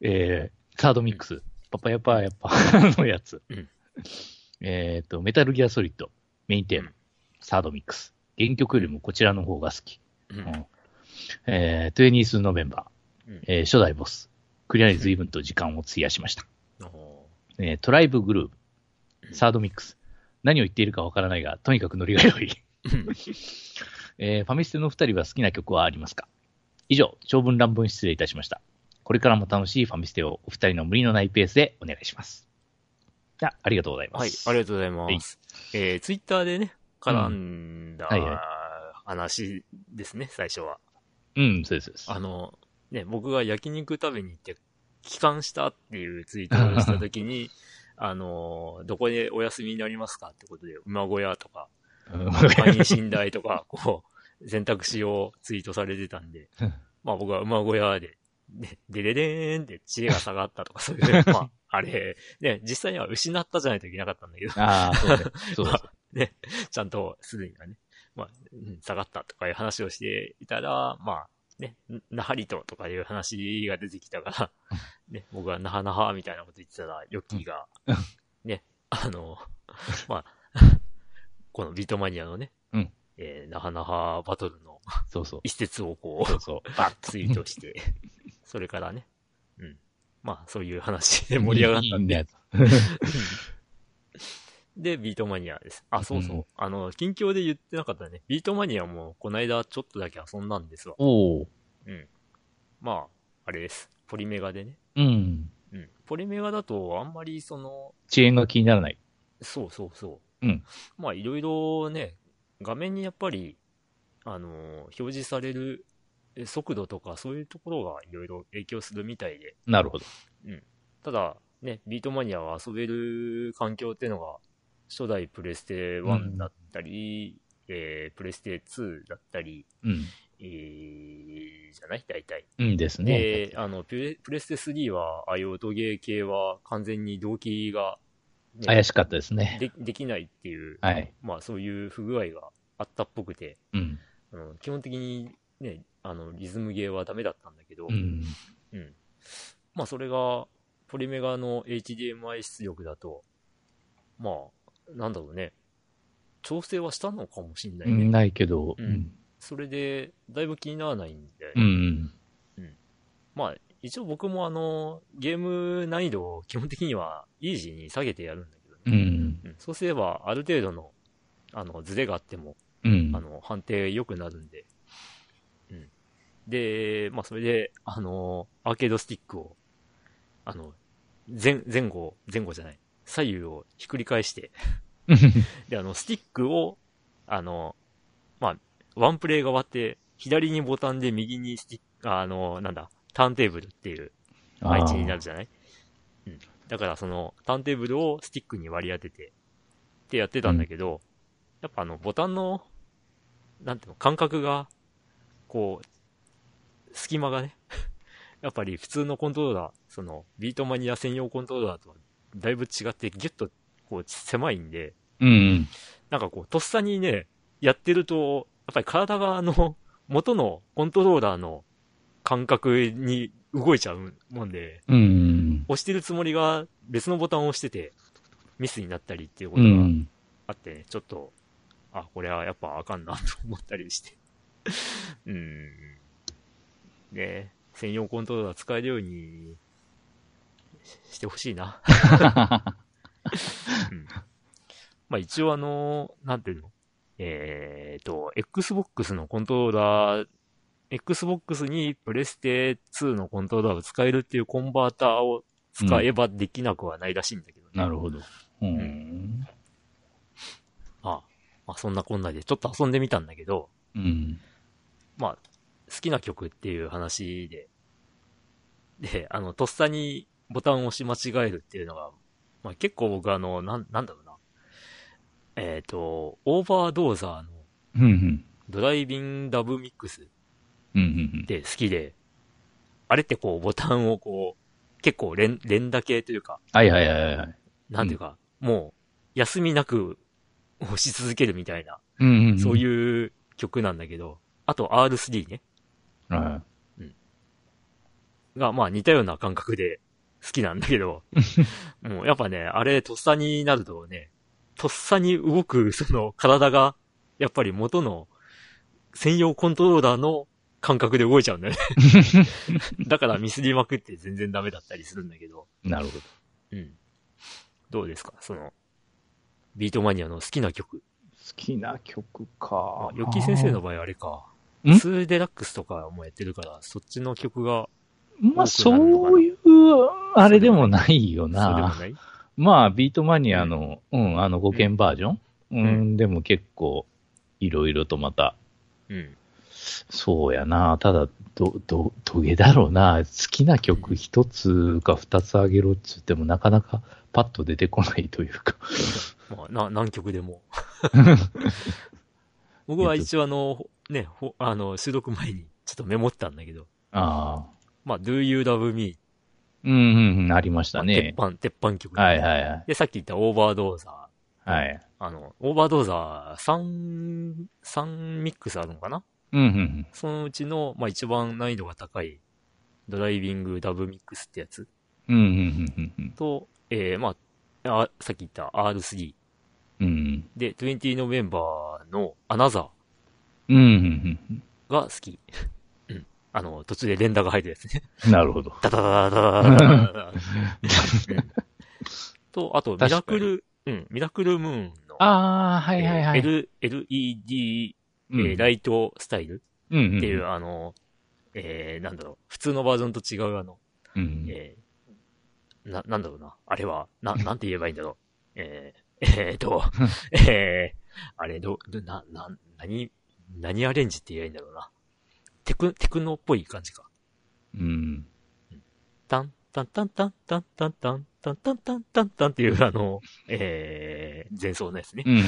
えーサードミックス、パパヤパヤパーのやつ、うんえっと、メタルギアソリッド、メインテーマ、うんサードミックス、原曲よりもこちらの方が好き、うんうんえー、トゥエニースノベンバうーん、えー初代ボス、クリアに随分と時間を費やしました。あーえートライブグルーうんブ、サードミックス、何を言っているかわからないが、とにかくノリが良い。 うんえーファミステの二人は好きな曲はありますか以上、長文乱文失礼いたしました。これからも楽しいファミステをお二人の無理のないペースでお願いします。あありがとうございます。はい、ありがとうございます。えー、ツイッターでね、絡んだうんはいは話ですね、最初は。うん、そうですそうです。あの、ね、僕が焼肉食べに行って、帰還したっていうツイートをしたとき に、あの、どこでお休みになりますかってことで、馬小屋とか、うん会員信頼とか、 こう、選択肢をツイートされてたんでうん、まあ僕は馬小屋で、で、でれれーんって知恵が下がったとか、そう いう、まあ、あれ、ね、実際には失ったじゃないといけなかったんだけど、 ああ、そうね。そうまそあうね、ちゃんとすでにはね、まあ、うん下がったとかいう話をしていたら、まあ、ね、なはりととかいう話が出てきたから、 ね、僕はなはなはみたいなこと言ってたら、ヨッキーが、ね、あの、まあ、このビートマニアのね、うんえー、なはなはバトルのそうそう。一節をこう、そうそう。バッツイートして、それからね、うん。まあ、そういう話で 盛り上がったんで。だよ。で、ビートマニアです。あ、そうそう。うんあの、近況で言ってなかったね。ビートマニアも、こないだちょっとだけ遊んだんですわ。おーまあ、あれです。ポリメガでね。うん。うん。ポリメガだと、あんまりその、遅延が気にならない。そうそうそう。うん。まあ、いろいろね、画面にやっぱり、あのー表示されるえ速度とか、そういうところがいろいろ影響するみたいで、なるほど。ただ、ね、ビートマニアは遊べる環境っていうのが、初代プレステ1だったり、えープレステ2だったり、うん。えーじゃない大体。うんですね。で、あの、プレプレステ3は、ああいう音ゲー系は完全に動機がね、怪しかったですね。でできないっていう、はい。まあそういう不具合があったっぽくて、うん。あの基本的にね、あの、リズムゲーはダメだったんだけど、うん。うん。まあ、それが、ポリメガの HDMI 出力だと、まあ、なんだろうね。調整はしたのかもしんないうね。んないけど、ううんん。それで、だいぶ気にならないんで。うん。まあ、一応僕もあの、ゲーム難易度を基本的にはイージーに下げてやるんだけどね。うん。うんそうすれば、ある程度の、あの、ズレがあっても、うん。 あの、判定良くなるんで。うん。で、まあ、それで、あの、アーケードスティックを、あの、前、前後、前後じゃない。左右をひっくり返して、で、あの、スティックを、あの、まあ、ワンプレイが終わって、左にボタンで右にスティック、あの、なんだ、ターンテーブルっていう配置になるじゃないうん。だからその、ターンテーブルをスティックに割り当てて、ってやってたんだけど、やっぱあの、ボタンの、なんていうの、感覚が、こう、隙間がね、 やっぱり普通のコントローラー、その、ビートマニア専用コントローラーとは、だいぶ違って、ギュッと、こう、狭いんで、うん。うん。なんかこう、とっさにね、やってると、やっぱり体があの、元のコントローラーの感覚に動いちゃうもんで、うん。押してるつもりが別のボタンを押してて、ミスになったりっていうこうとがん。あってね、ちょっと、あ、これはやっぱあかんなと思ったりして。 うん。ね専用コントローラー使えるようにししてほしいな。うんまあ一応あの、なんていうのえーと、Xbox のコントローラー、Xbox にプレステ2のコントローラーを使えるっていうコンバーターを使えばできなくはないらしいんだけどね。 なるほど。うん。まあ、まあそんなこんなでちょっと遊んでみたんだけど、うん。まあ、好きな曲っていう話で、で、あの、とっさにボタンを押し間違えるっていうのが、まあ結構僕あの、なん、なんだろうな。えっ、と、オーバードーザーのうん。うん。ドライビンダブミックスっうん。て好きで、あれってこうボタンをこう、結構連、連打系というか、はいはいはいはい。なんていうか、もう、休みなく押し続けるみたいな、うん。そうう。いう曲なんだけど、あと R3 ね。はが、まあ似たような感覚で好きなんだけど、もうやっぱね、あれ、とっさになるとね、とっさに動く、その体が、やっぱり元の専用コントローラーの感覚で動いちゃうんだよね。だからミスりまくって全然ダメだったりするんだけど、い。なるほど。うん。どうですかその、ビートマニアの好きな曲。好きな曲かあ、。よき先生の場合あれか。ん2デラックスとかもやってるから、そっちの曲が、ま多くなるのかあ、なそういう、あれでもないよそうでもな。ないまあ、ビートマニアの、うん、あの、語源バージョンうんん、でも結構、いろいろとまた、うん。そうやな。ただ、ど、ど、どげだろうな。好きな曲一つか二つあげろっつっても、なかなかパッと出てこないというか。まあ、な、何曲で も。僕は一応あの、ほね、ほあの、収録前にちょっとメモったんだけど、ああ。まあ、Do You Love Me うん、うん、うん、ありました鉄ね。板、鉄板曲。はいはいはい。で、さっき言ったオーバードーザー。はい。あの、オーバードーザー3、3ミックスあるのかなうん、うんそのうちの、まあ一番難易度が高い、ドライビングダブミックスってやつうん、うん、うん、うんうんと、えー、まあ、あさっき言った R3 うん、うん。で、20 November の Another うんうんうんが好き。うん。あの、途中で連打が入るやつね。うん。なる ほど。ダダダダダダダダダうんと、あと、ミラクル、うん、ミラクルムーンの、ああ、はえいーはいはい。 L、LED、えーうんライトスタイルうんっていう、あの、えー、なんだろう、普通のバージョンと違うあの、うん。うんえー、な、なんだろうな。あれは、な、なんて言えばいいんだろう。えー、えーと、えー、あれ、ど、どな、な、何、何アレンジって言えばいいんだろうな。テク、テクノっぽい感じか。うん。タン、タンタンタンタンタンタンタンタンタンタンタンっていうあの、えー、前奏のやつね。うん。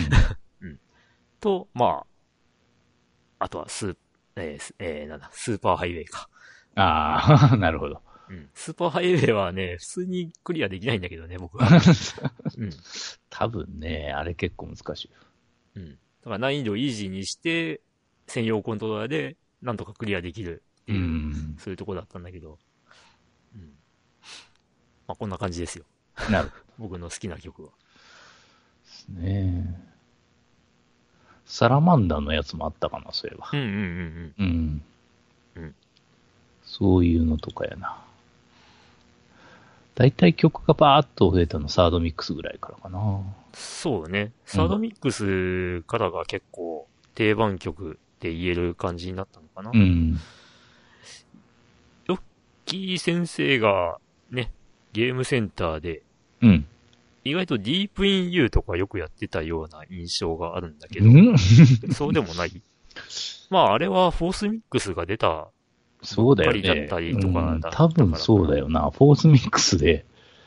と、まあ、あとはスー、えーすえーなんだ、スーパーハイウェイか。あ あ、なるほど。うん。スーパーハイウェイはね、普通にクリアできないんだけどね、僕は。うん。多分ね、あれ結構難しい。うん。だから難易度をイージーにして、専用コントローラーで、なんとかクリアできるってういう、ん。そういうとこだったんだけど。うん。まあ、こんな感じですよ。なるほ僕の好きな曲は。どね。サラマンダーのやつもあったかな、そういえば。うんうんうんうん。うんそういうのとかやな。だいたい曲がバーッと増えたのサードミックスぐらいからかな。うん。そうね。サードミックスからが結構定番曲って言える感じになったのかな。うん。キー先生がね、ゲームセンターで、うん。意外とディープインユーとかよくやってたような印象があるんだけうど、んそうでもない。まあ、あれはフォースミックスが出た、 そうだよばっかりだね。ったりとかだうんだ多分そうだよな。フォースミックスで。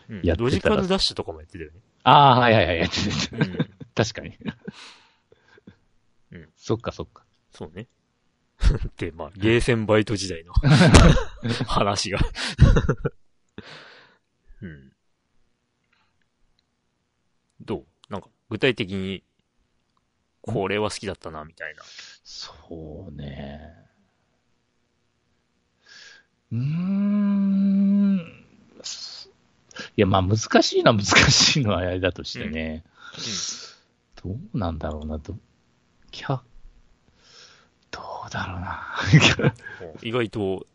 うんやってたらロジカルダッシュとかもやってたよね。ああ、はいはいはい、 やってうたやってん、た。確かに。うんそっかそっか。そうね。 で、まあ、ゲーセンバイト時代 の話が、 うん。どうなんか、具体的に、これは好きだったな、みたいな。そうね。うーん。すいや、まあ難しいのは難しいのはあれだとしてね。どうなんだろうな、ど、キャ、どうだろうな。 うん意外と、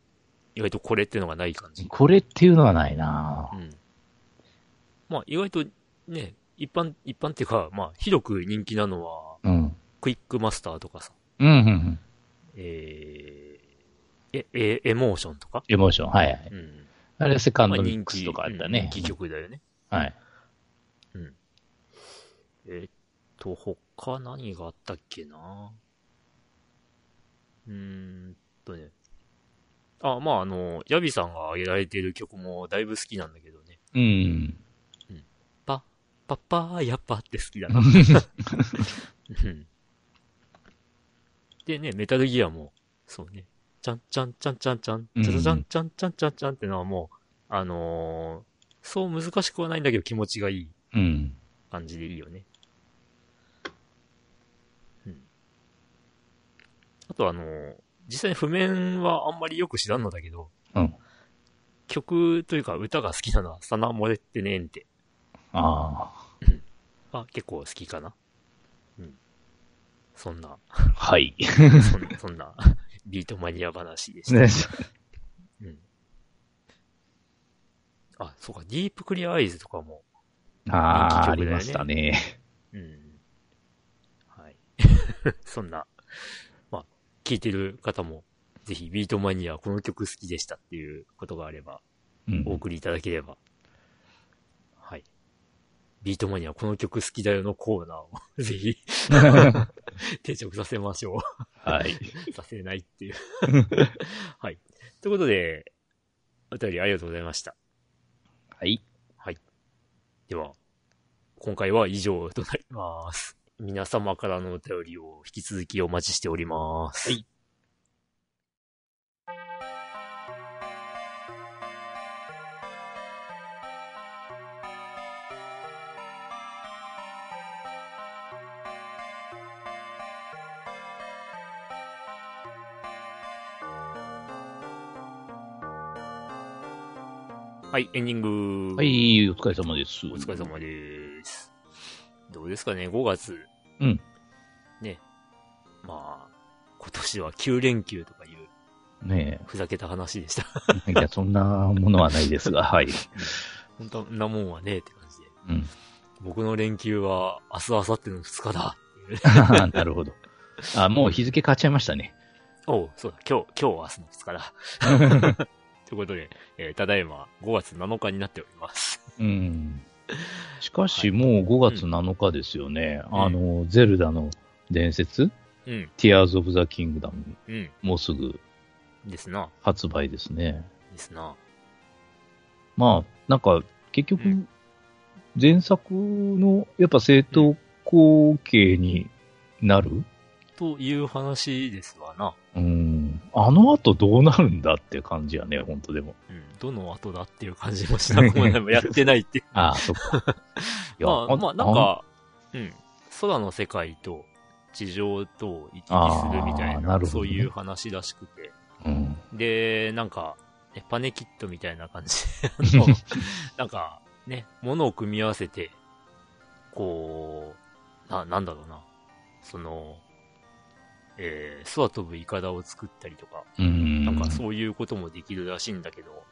意外とこれってのがない感じ。これっていうのはないなう。ん。まあ、意外と、ね、一般、一般っていうか、まあ、広く人気なのは、うん。クイックマスターとかさ、うん、うん、うん。えー、え、え、エモーションとかエモーション、はいはい。うん。あれ、セカンまあドミ人ック気スとかあったね。人気曲だよね。はい。えーっと、他何があったっけなうーんとね。あ、まあ、あの、ヤビさんが挙げられてる曲もだいぶ好きなんだけどね。うん。パッパーやっぱって好きだな。うんでね、メタルギアも、そうね、ちゃんちゃんちゃんちゃんちゃん、うんちゃちゃんちゃんちゃんちゃんちゃんってのはもう、あのーそう難しくはないんだけど気持ちがいい うん。感じでいいよね。うん。あとあのー実際に譜面はあんまりよく知らんのだけど、うん曲というか歌が好きなのはサナモレってねーんって、ああ、結構好きかな。うん。そんな、あ。 はい。そんな、そんな、ビートマニア話でした。ね。うん。あ、そうか、ディープクリアアイズとかも、あ人あ、気曲だよねありましたね。うん。はい。 そんな、まあ、聞いてる方も、ぜひビートマニアこの曲好きでしたっていうことがあれば、うんお送りいただければ。はい。ビートマニアこの曲好きだよのコーナーを、ぜひ、定着させましょう。 はい。させないって いう。はい。ということで、お便りありがとうございました。はい。では、今回は以上となります。 皆様からのお便りを引き続きお待ちしております。はい。はい、エンディング。は。い、お疲れ様です。お疲れ様です。どうですかね、5月。うん。ね。まあ、今年は9連休とかいうねふざけた話でした。え。いや、そんなものはないです が、はい。本当んなもんはねえって感じで。 うん。僕の連休は明日、明後日の2日だ。 なるほど。あ、もう日付変わっちゃいましたね。おう、そうだ、今日、今日明日の2日だ。 ということで、えーただいま5月7日になっております。うん。しかし、もう5月7日ですよね。うんあの、ゼルダの伝説、うん、 Tears of the Kingdom、うん、もうすぐですな、発売ですね。ですな。まあ、なんか、結う局ん、前作の、やっぱ正当後継になる、という話ですわな。うん、あの後どうなるんだって感じやね、本当でも。うん、どの後だっていう感じもしなくもないもやってないっていう。ああ、そっか。 いやまあ、まあ、なん、か、うん、空の世界と地上と行き来するみたいあーな、なるほどねそういう話らしくて。あうん、で、なんか、ねパネキットみたいな感じで、 あのなんか、ね、物を組み合わせて、こう、な、なんだろうな。その、えー、空飛ぶイカダを作ったりとか、うん。なんかそういうこともできるらしいんだけど、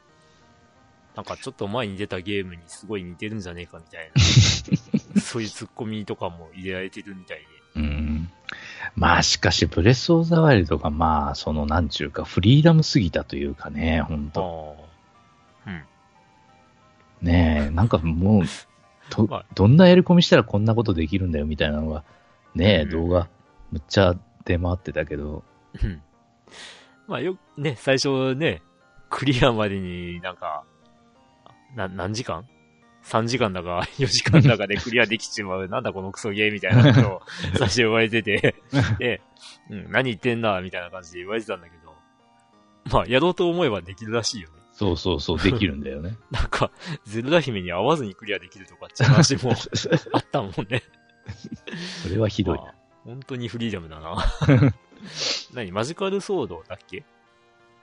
なんかちょっと前に出たゲームにすごい似てるんじゃねえかみたい な、そういうツッコミとかも入れられてるみたいで、うん。まあ、しかし、ブレス・オブ・ザ・ワイルドが、まあ、その、なんちゅうか、フリーダムすぎたというかね、本当ねえ、なんかもう、どまあどんなやり込みしたらこんなことできるんだよみたいなのが、ねえ、うん動画、むっちゃ出回ってたけど、うん。まあよ、ね、最初ね、クリアまでになんか、な、何時間 ?3 時間だか 4時間だかでクリアできちまう、 なんだこのクソゲーみたいなことを最初言われてて、で、うん、何言ってんだみたいな感じで言われてたんだけど、まあ、やろうと思えばできるらしいよね。そうそう そう、できるんだよね。なんか、ゼルダ姫に会わずにクリアできるとかっていう話もあったもんね。それはひどいま。あ本当にフリーダムだ な。何マジカルソードだっけ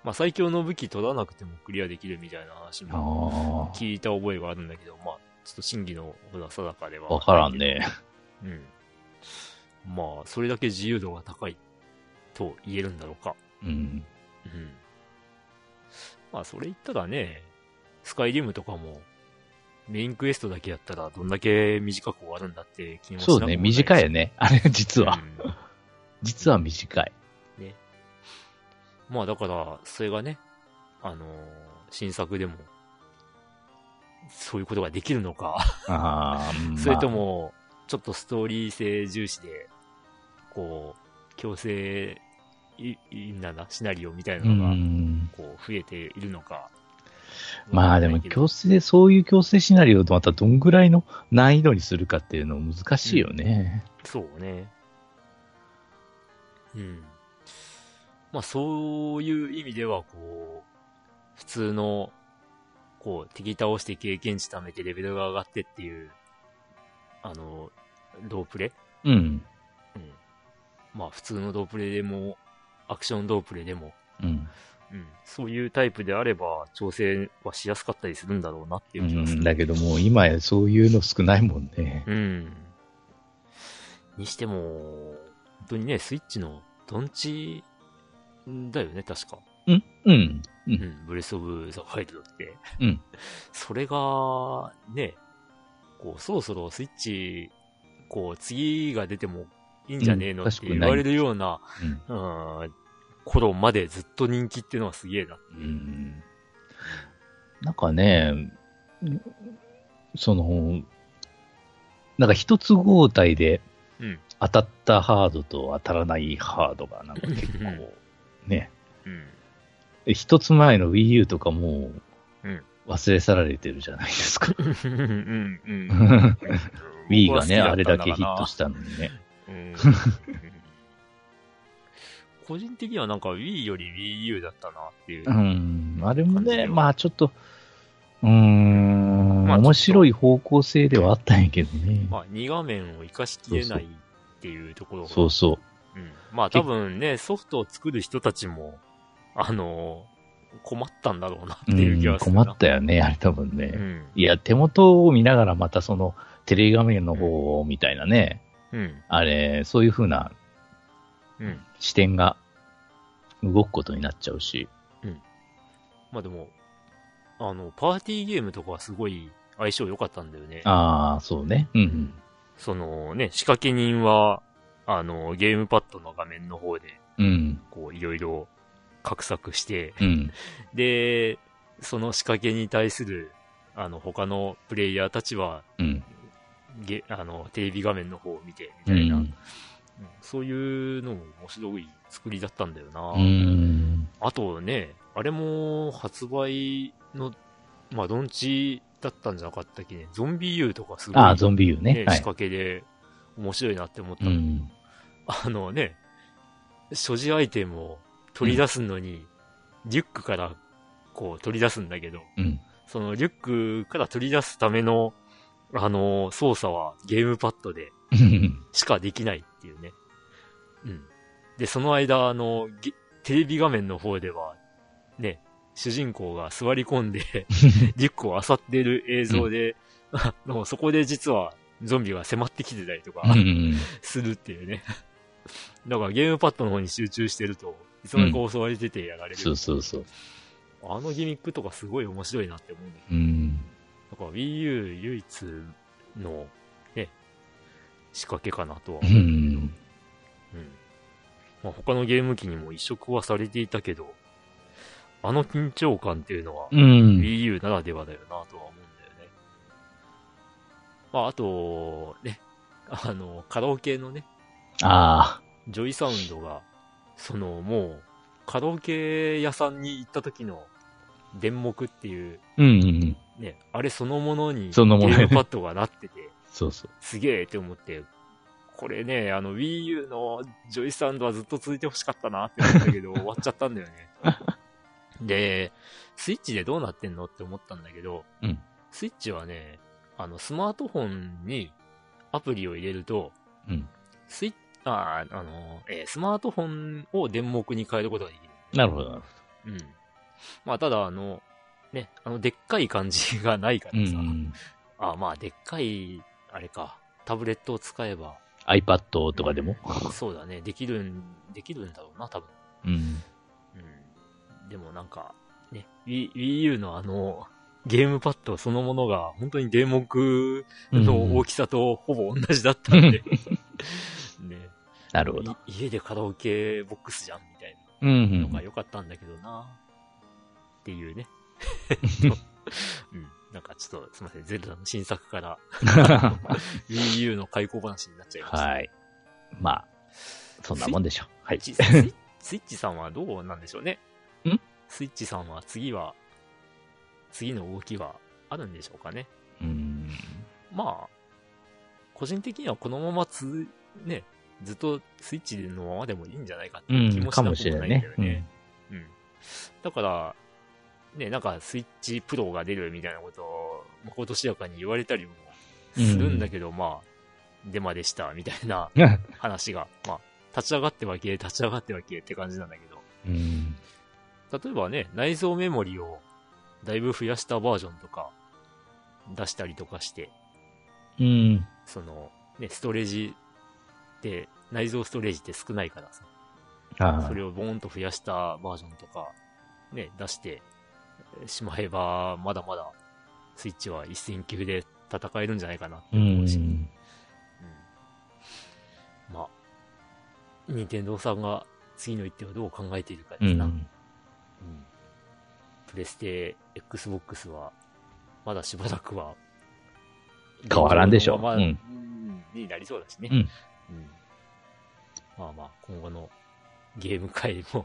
まあ最強の武器取らなくてもクリアできるみたいな話あもあ聞いた覚えがあるんだけど、まあちょっと真偽のほど定かでは。わからん。ね。うん。まあそれだけ自由度が高いと言えるんだろうか。うん。うん。まあそれ言ったらね、スカイリムとかもメインクエストだけやったらどんだけ短く終わるんだって気もしなそくもうなね、い短いよね。あれ、実は。うん実は短い。まあだから、それがね、あのー新作でも、そういうことができるのか、ああ、まあそれと、も、ちょっとストーリー性重視で、こう、強制、い、いなんだ、シナリオみたいうなのが、ん。こう、増えているのか。まあでも、強制、そういう強制シナリオとまたどんぐらいの難易度にするかっていうの難しいよね。そうね。うん。まあ、そういう意味では、こう、普通の、こう、敵倒して経験値貯めてレベルが上がってっていう、あの、ロープレうん。うん。まあ、普通のロープレでも、アクションロープレでも、うん。うん。そういうタイプであれば、調整はしやすかったりするんだろうなっていうう気がする。ん、だけどもう今やそういうの少ないもんね。うん。にしても、本当にね、スイッチのドンチだよね、確か。うん、うん、うん、ブレスオブザワイルドって。うん。 それが、ね、こう、そろそろスイッチ、こう、次が出てもいいんじゃねえのうんって確か言にわれるような、うんうん、頃までずっと人気っていうのはすげえな。うん。なんかね、その、なんか一つ合体でうん当たったハードと当たらないハードがなんか結構ね、うん。一つ前の Wii U とかもううん忘れ去られてるじゃないで すか。うん、うん、 Wii がね、僕はあ好きれったんだけヒッがトなしたのにね。うん個人的にはなんか Wii より Wii U だったなっていうう。ん、あれも感ね、じよまあちょっと、うーん、まあちょっと面白い方向性ではあったんやけどね。まあ2画面を活かしきれないっていうところがそうそうう。んまあ多分ね、ソフトを作る人たちも、あのー困ったんだろうなっていう気うがん、する困な。ったよね、あれ多分うね。ん。いや、手元を見ながらまたその、テレビ画面の方をみたいなね、うん。あれ、そういう風なうん。視点が動くことになっちゃうし。まあでも、あの、パーティーゲームとかはすごい相性良かったんだよね。ああ、そうね。うんそのね、仕掛け人は、あの、ゲームパッドの画面の方で、うん。うん。こう、いろいろ画策して、うん。で、その仕掛けに対する、あの、他のプレイヤーたちは、うん。ゲ、あの、テレビ画面の方を見て、うみたいな、うんん。そういうのも面白い作りだったんだよな。うん。あとね、あれも発売の、まあ、どんちだったんじゃなかったっけね。ゾンビ U とかすごい、ああ、ゾンビユーねね。仕はい。掛けで面白いなって思ったうの、ん。あのね、所持アイテムを取り出すのに、リュックからこう取り出すんだけど、うん。そのリュックから取り出すための、あの、操作はゲームパッドでしかできないっていうね。うん。で、その間、あの、ゲテレビ画面の方では、ね、主人公が座り込ん で、リュックを漁ってる映像で、あ のそこで実はゾンビが迫ってきてたりとか、うん。するっていうね。だからゲームパッドの方に集中してると、いつの間にか襲われててやられる、そうそうそう。あのギミックとかすごい面白いなって思うんだけうん。ど。だから Wii U 唯一の、ね、仕掛けかなとはう思う。ん。うんまあ、他のゲーム機にも移植はされていたけど、あの緊張感っていうのはうん Wii U ならではだよなとは思うんだよね。まあ、あと、ね、あの、カラオケのね、ああ。ジョイサウンドが、そのもう、カラオケ屋さんに行った時の電目っていう、うんうん。ね、あれそのものに、そのものゲームパッドがなってて、そうそう。すげえって思って、これね、あの Wii U のジョイサウンドはずっと続いてほしかったなって思ったけ ど、終わっちゃったんだよね。で、スイッチでどうなってんのって思ったんだけど、うんスイッチはね、あの、スマートフォンにアプリを入れると、うんスイッあー、あの、えースマートフォンを電目に変えることができる。なるほど、なるほうん。まあ、ただ、あの、ね、あの、でっかい感じがないかど。うらさ、ん。あーまあ、でっかい、あれか、タブレットを使えば、 iPad とかでも。そうだね、できるん、できるんだろうな、多分。うん。うん。でもなんか、ね、Wii Wii U のあの、ゲームパッドそのものが、本当にデーモクの大きさとほぼ同じだったん で、ね、なるほど。い家でカラオケボックスじゃん、みたいなうんのが良かったんだけどな、っていう ね。うん。なんかちょっと、すいません、ゼルダの新作から、Wii U の開口話になっちゃいました。はい。まあ、そんなもんでしょう。はい。スイッチスイッチさんはどうなんでしょうね。んスイッチさんは次は、次の動きはあるんでしょうかね。うん。まあ、個人的にはこのままつ、ね、ずっとスイッチのままでもいいんじゃないかってう気ん、もしかなくもないもんしだれよないね。ね。うんうんだから、ね、なんかスイッチプロが出るみたいなことを、まことしやかに言われたりもするんだけど、まあ、デマでした、みたいな話が、まあ、立ち上がっては消え、立ち上がっては消えって感じなんだけど、うん。例えばね、内蔵メモリをだいぶ増やしたバージョンとか出したりとかして、うん。その、ね、ストレージって、内蔵ストレージって少ないからさ、あそれをボーンと増やしたバージョンとか、ね、出してしまえば、まだまだスイッチは一戦級で戦えるんじゃないかなってう思うし、うんん。まあ、任天堂さんが次の一手をどう考えているかうですな。ん。プレステ、XBOX は、まだしばらくは、変わらんでしょうまあ、うんになりそうだしね。うんうんまあまあ、今後のゲーム 界も、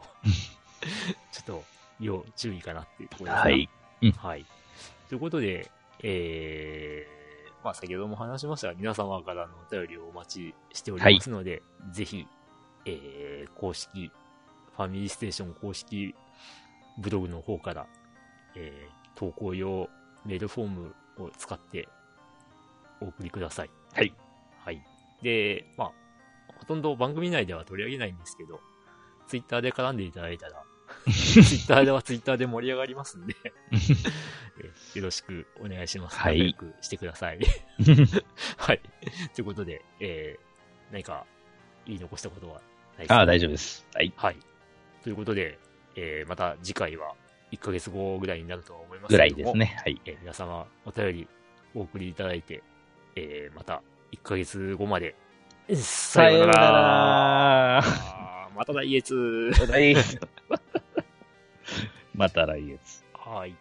ちょっと、要注意かなっていうところですなはい。。はい。ということで、えー、まあ先ほども話しましたが、皆様からのお便りをお待ちしておりますので、ぜひ、えー、公式、ファミリーステーション公式ブログの方から、えー、投稿用メールフォームを使ってお送りください。はい。はい。で、まあ、ほとんど番組内では取り上げないんですけど、ツイッターで絡んでいただいた ら、ツイッターではツイッターで盛り上がりますんで、えよろしくお願いします。はい仲良くしてくだ さい。はい。ということで、えー、何か言い残したことはないですかああ、大丈夫です。はい。はい。ということで、えーまた次回は1ヶ月後ぐらいになるとは思いますけぐどもらいですね。はい。えー皆様お便りお送りいただいて、えーまた1ヶ月後まで、さようなら。ら。あーまた来月。 また来月。はい。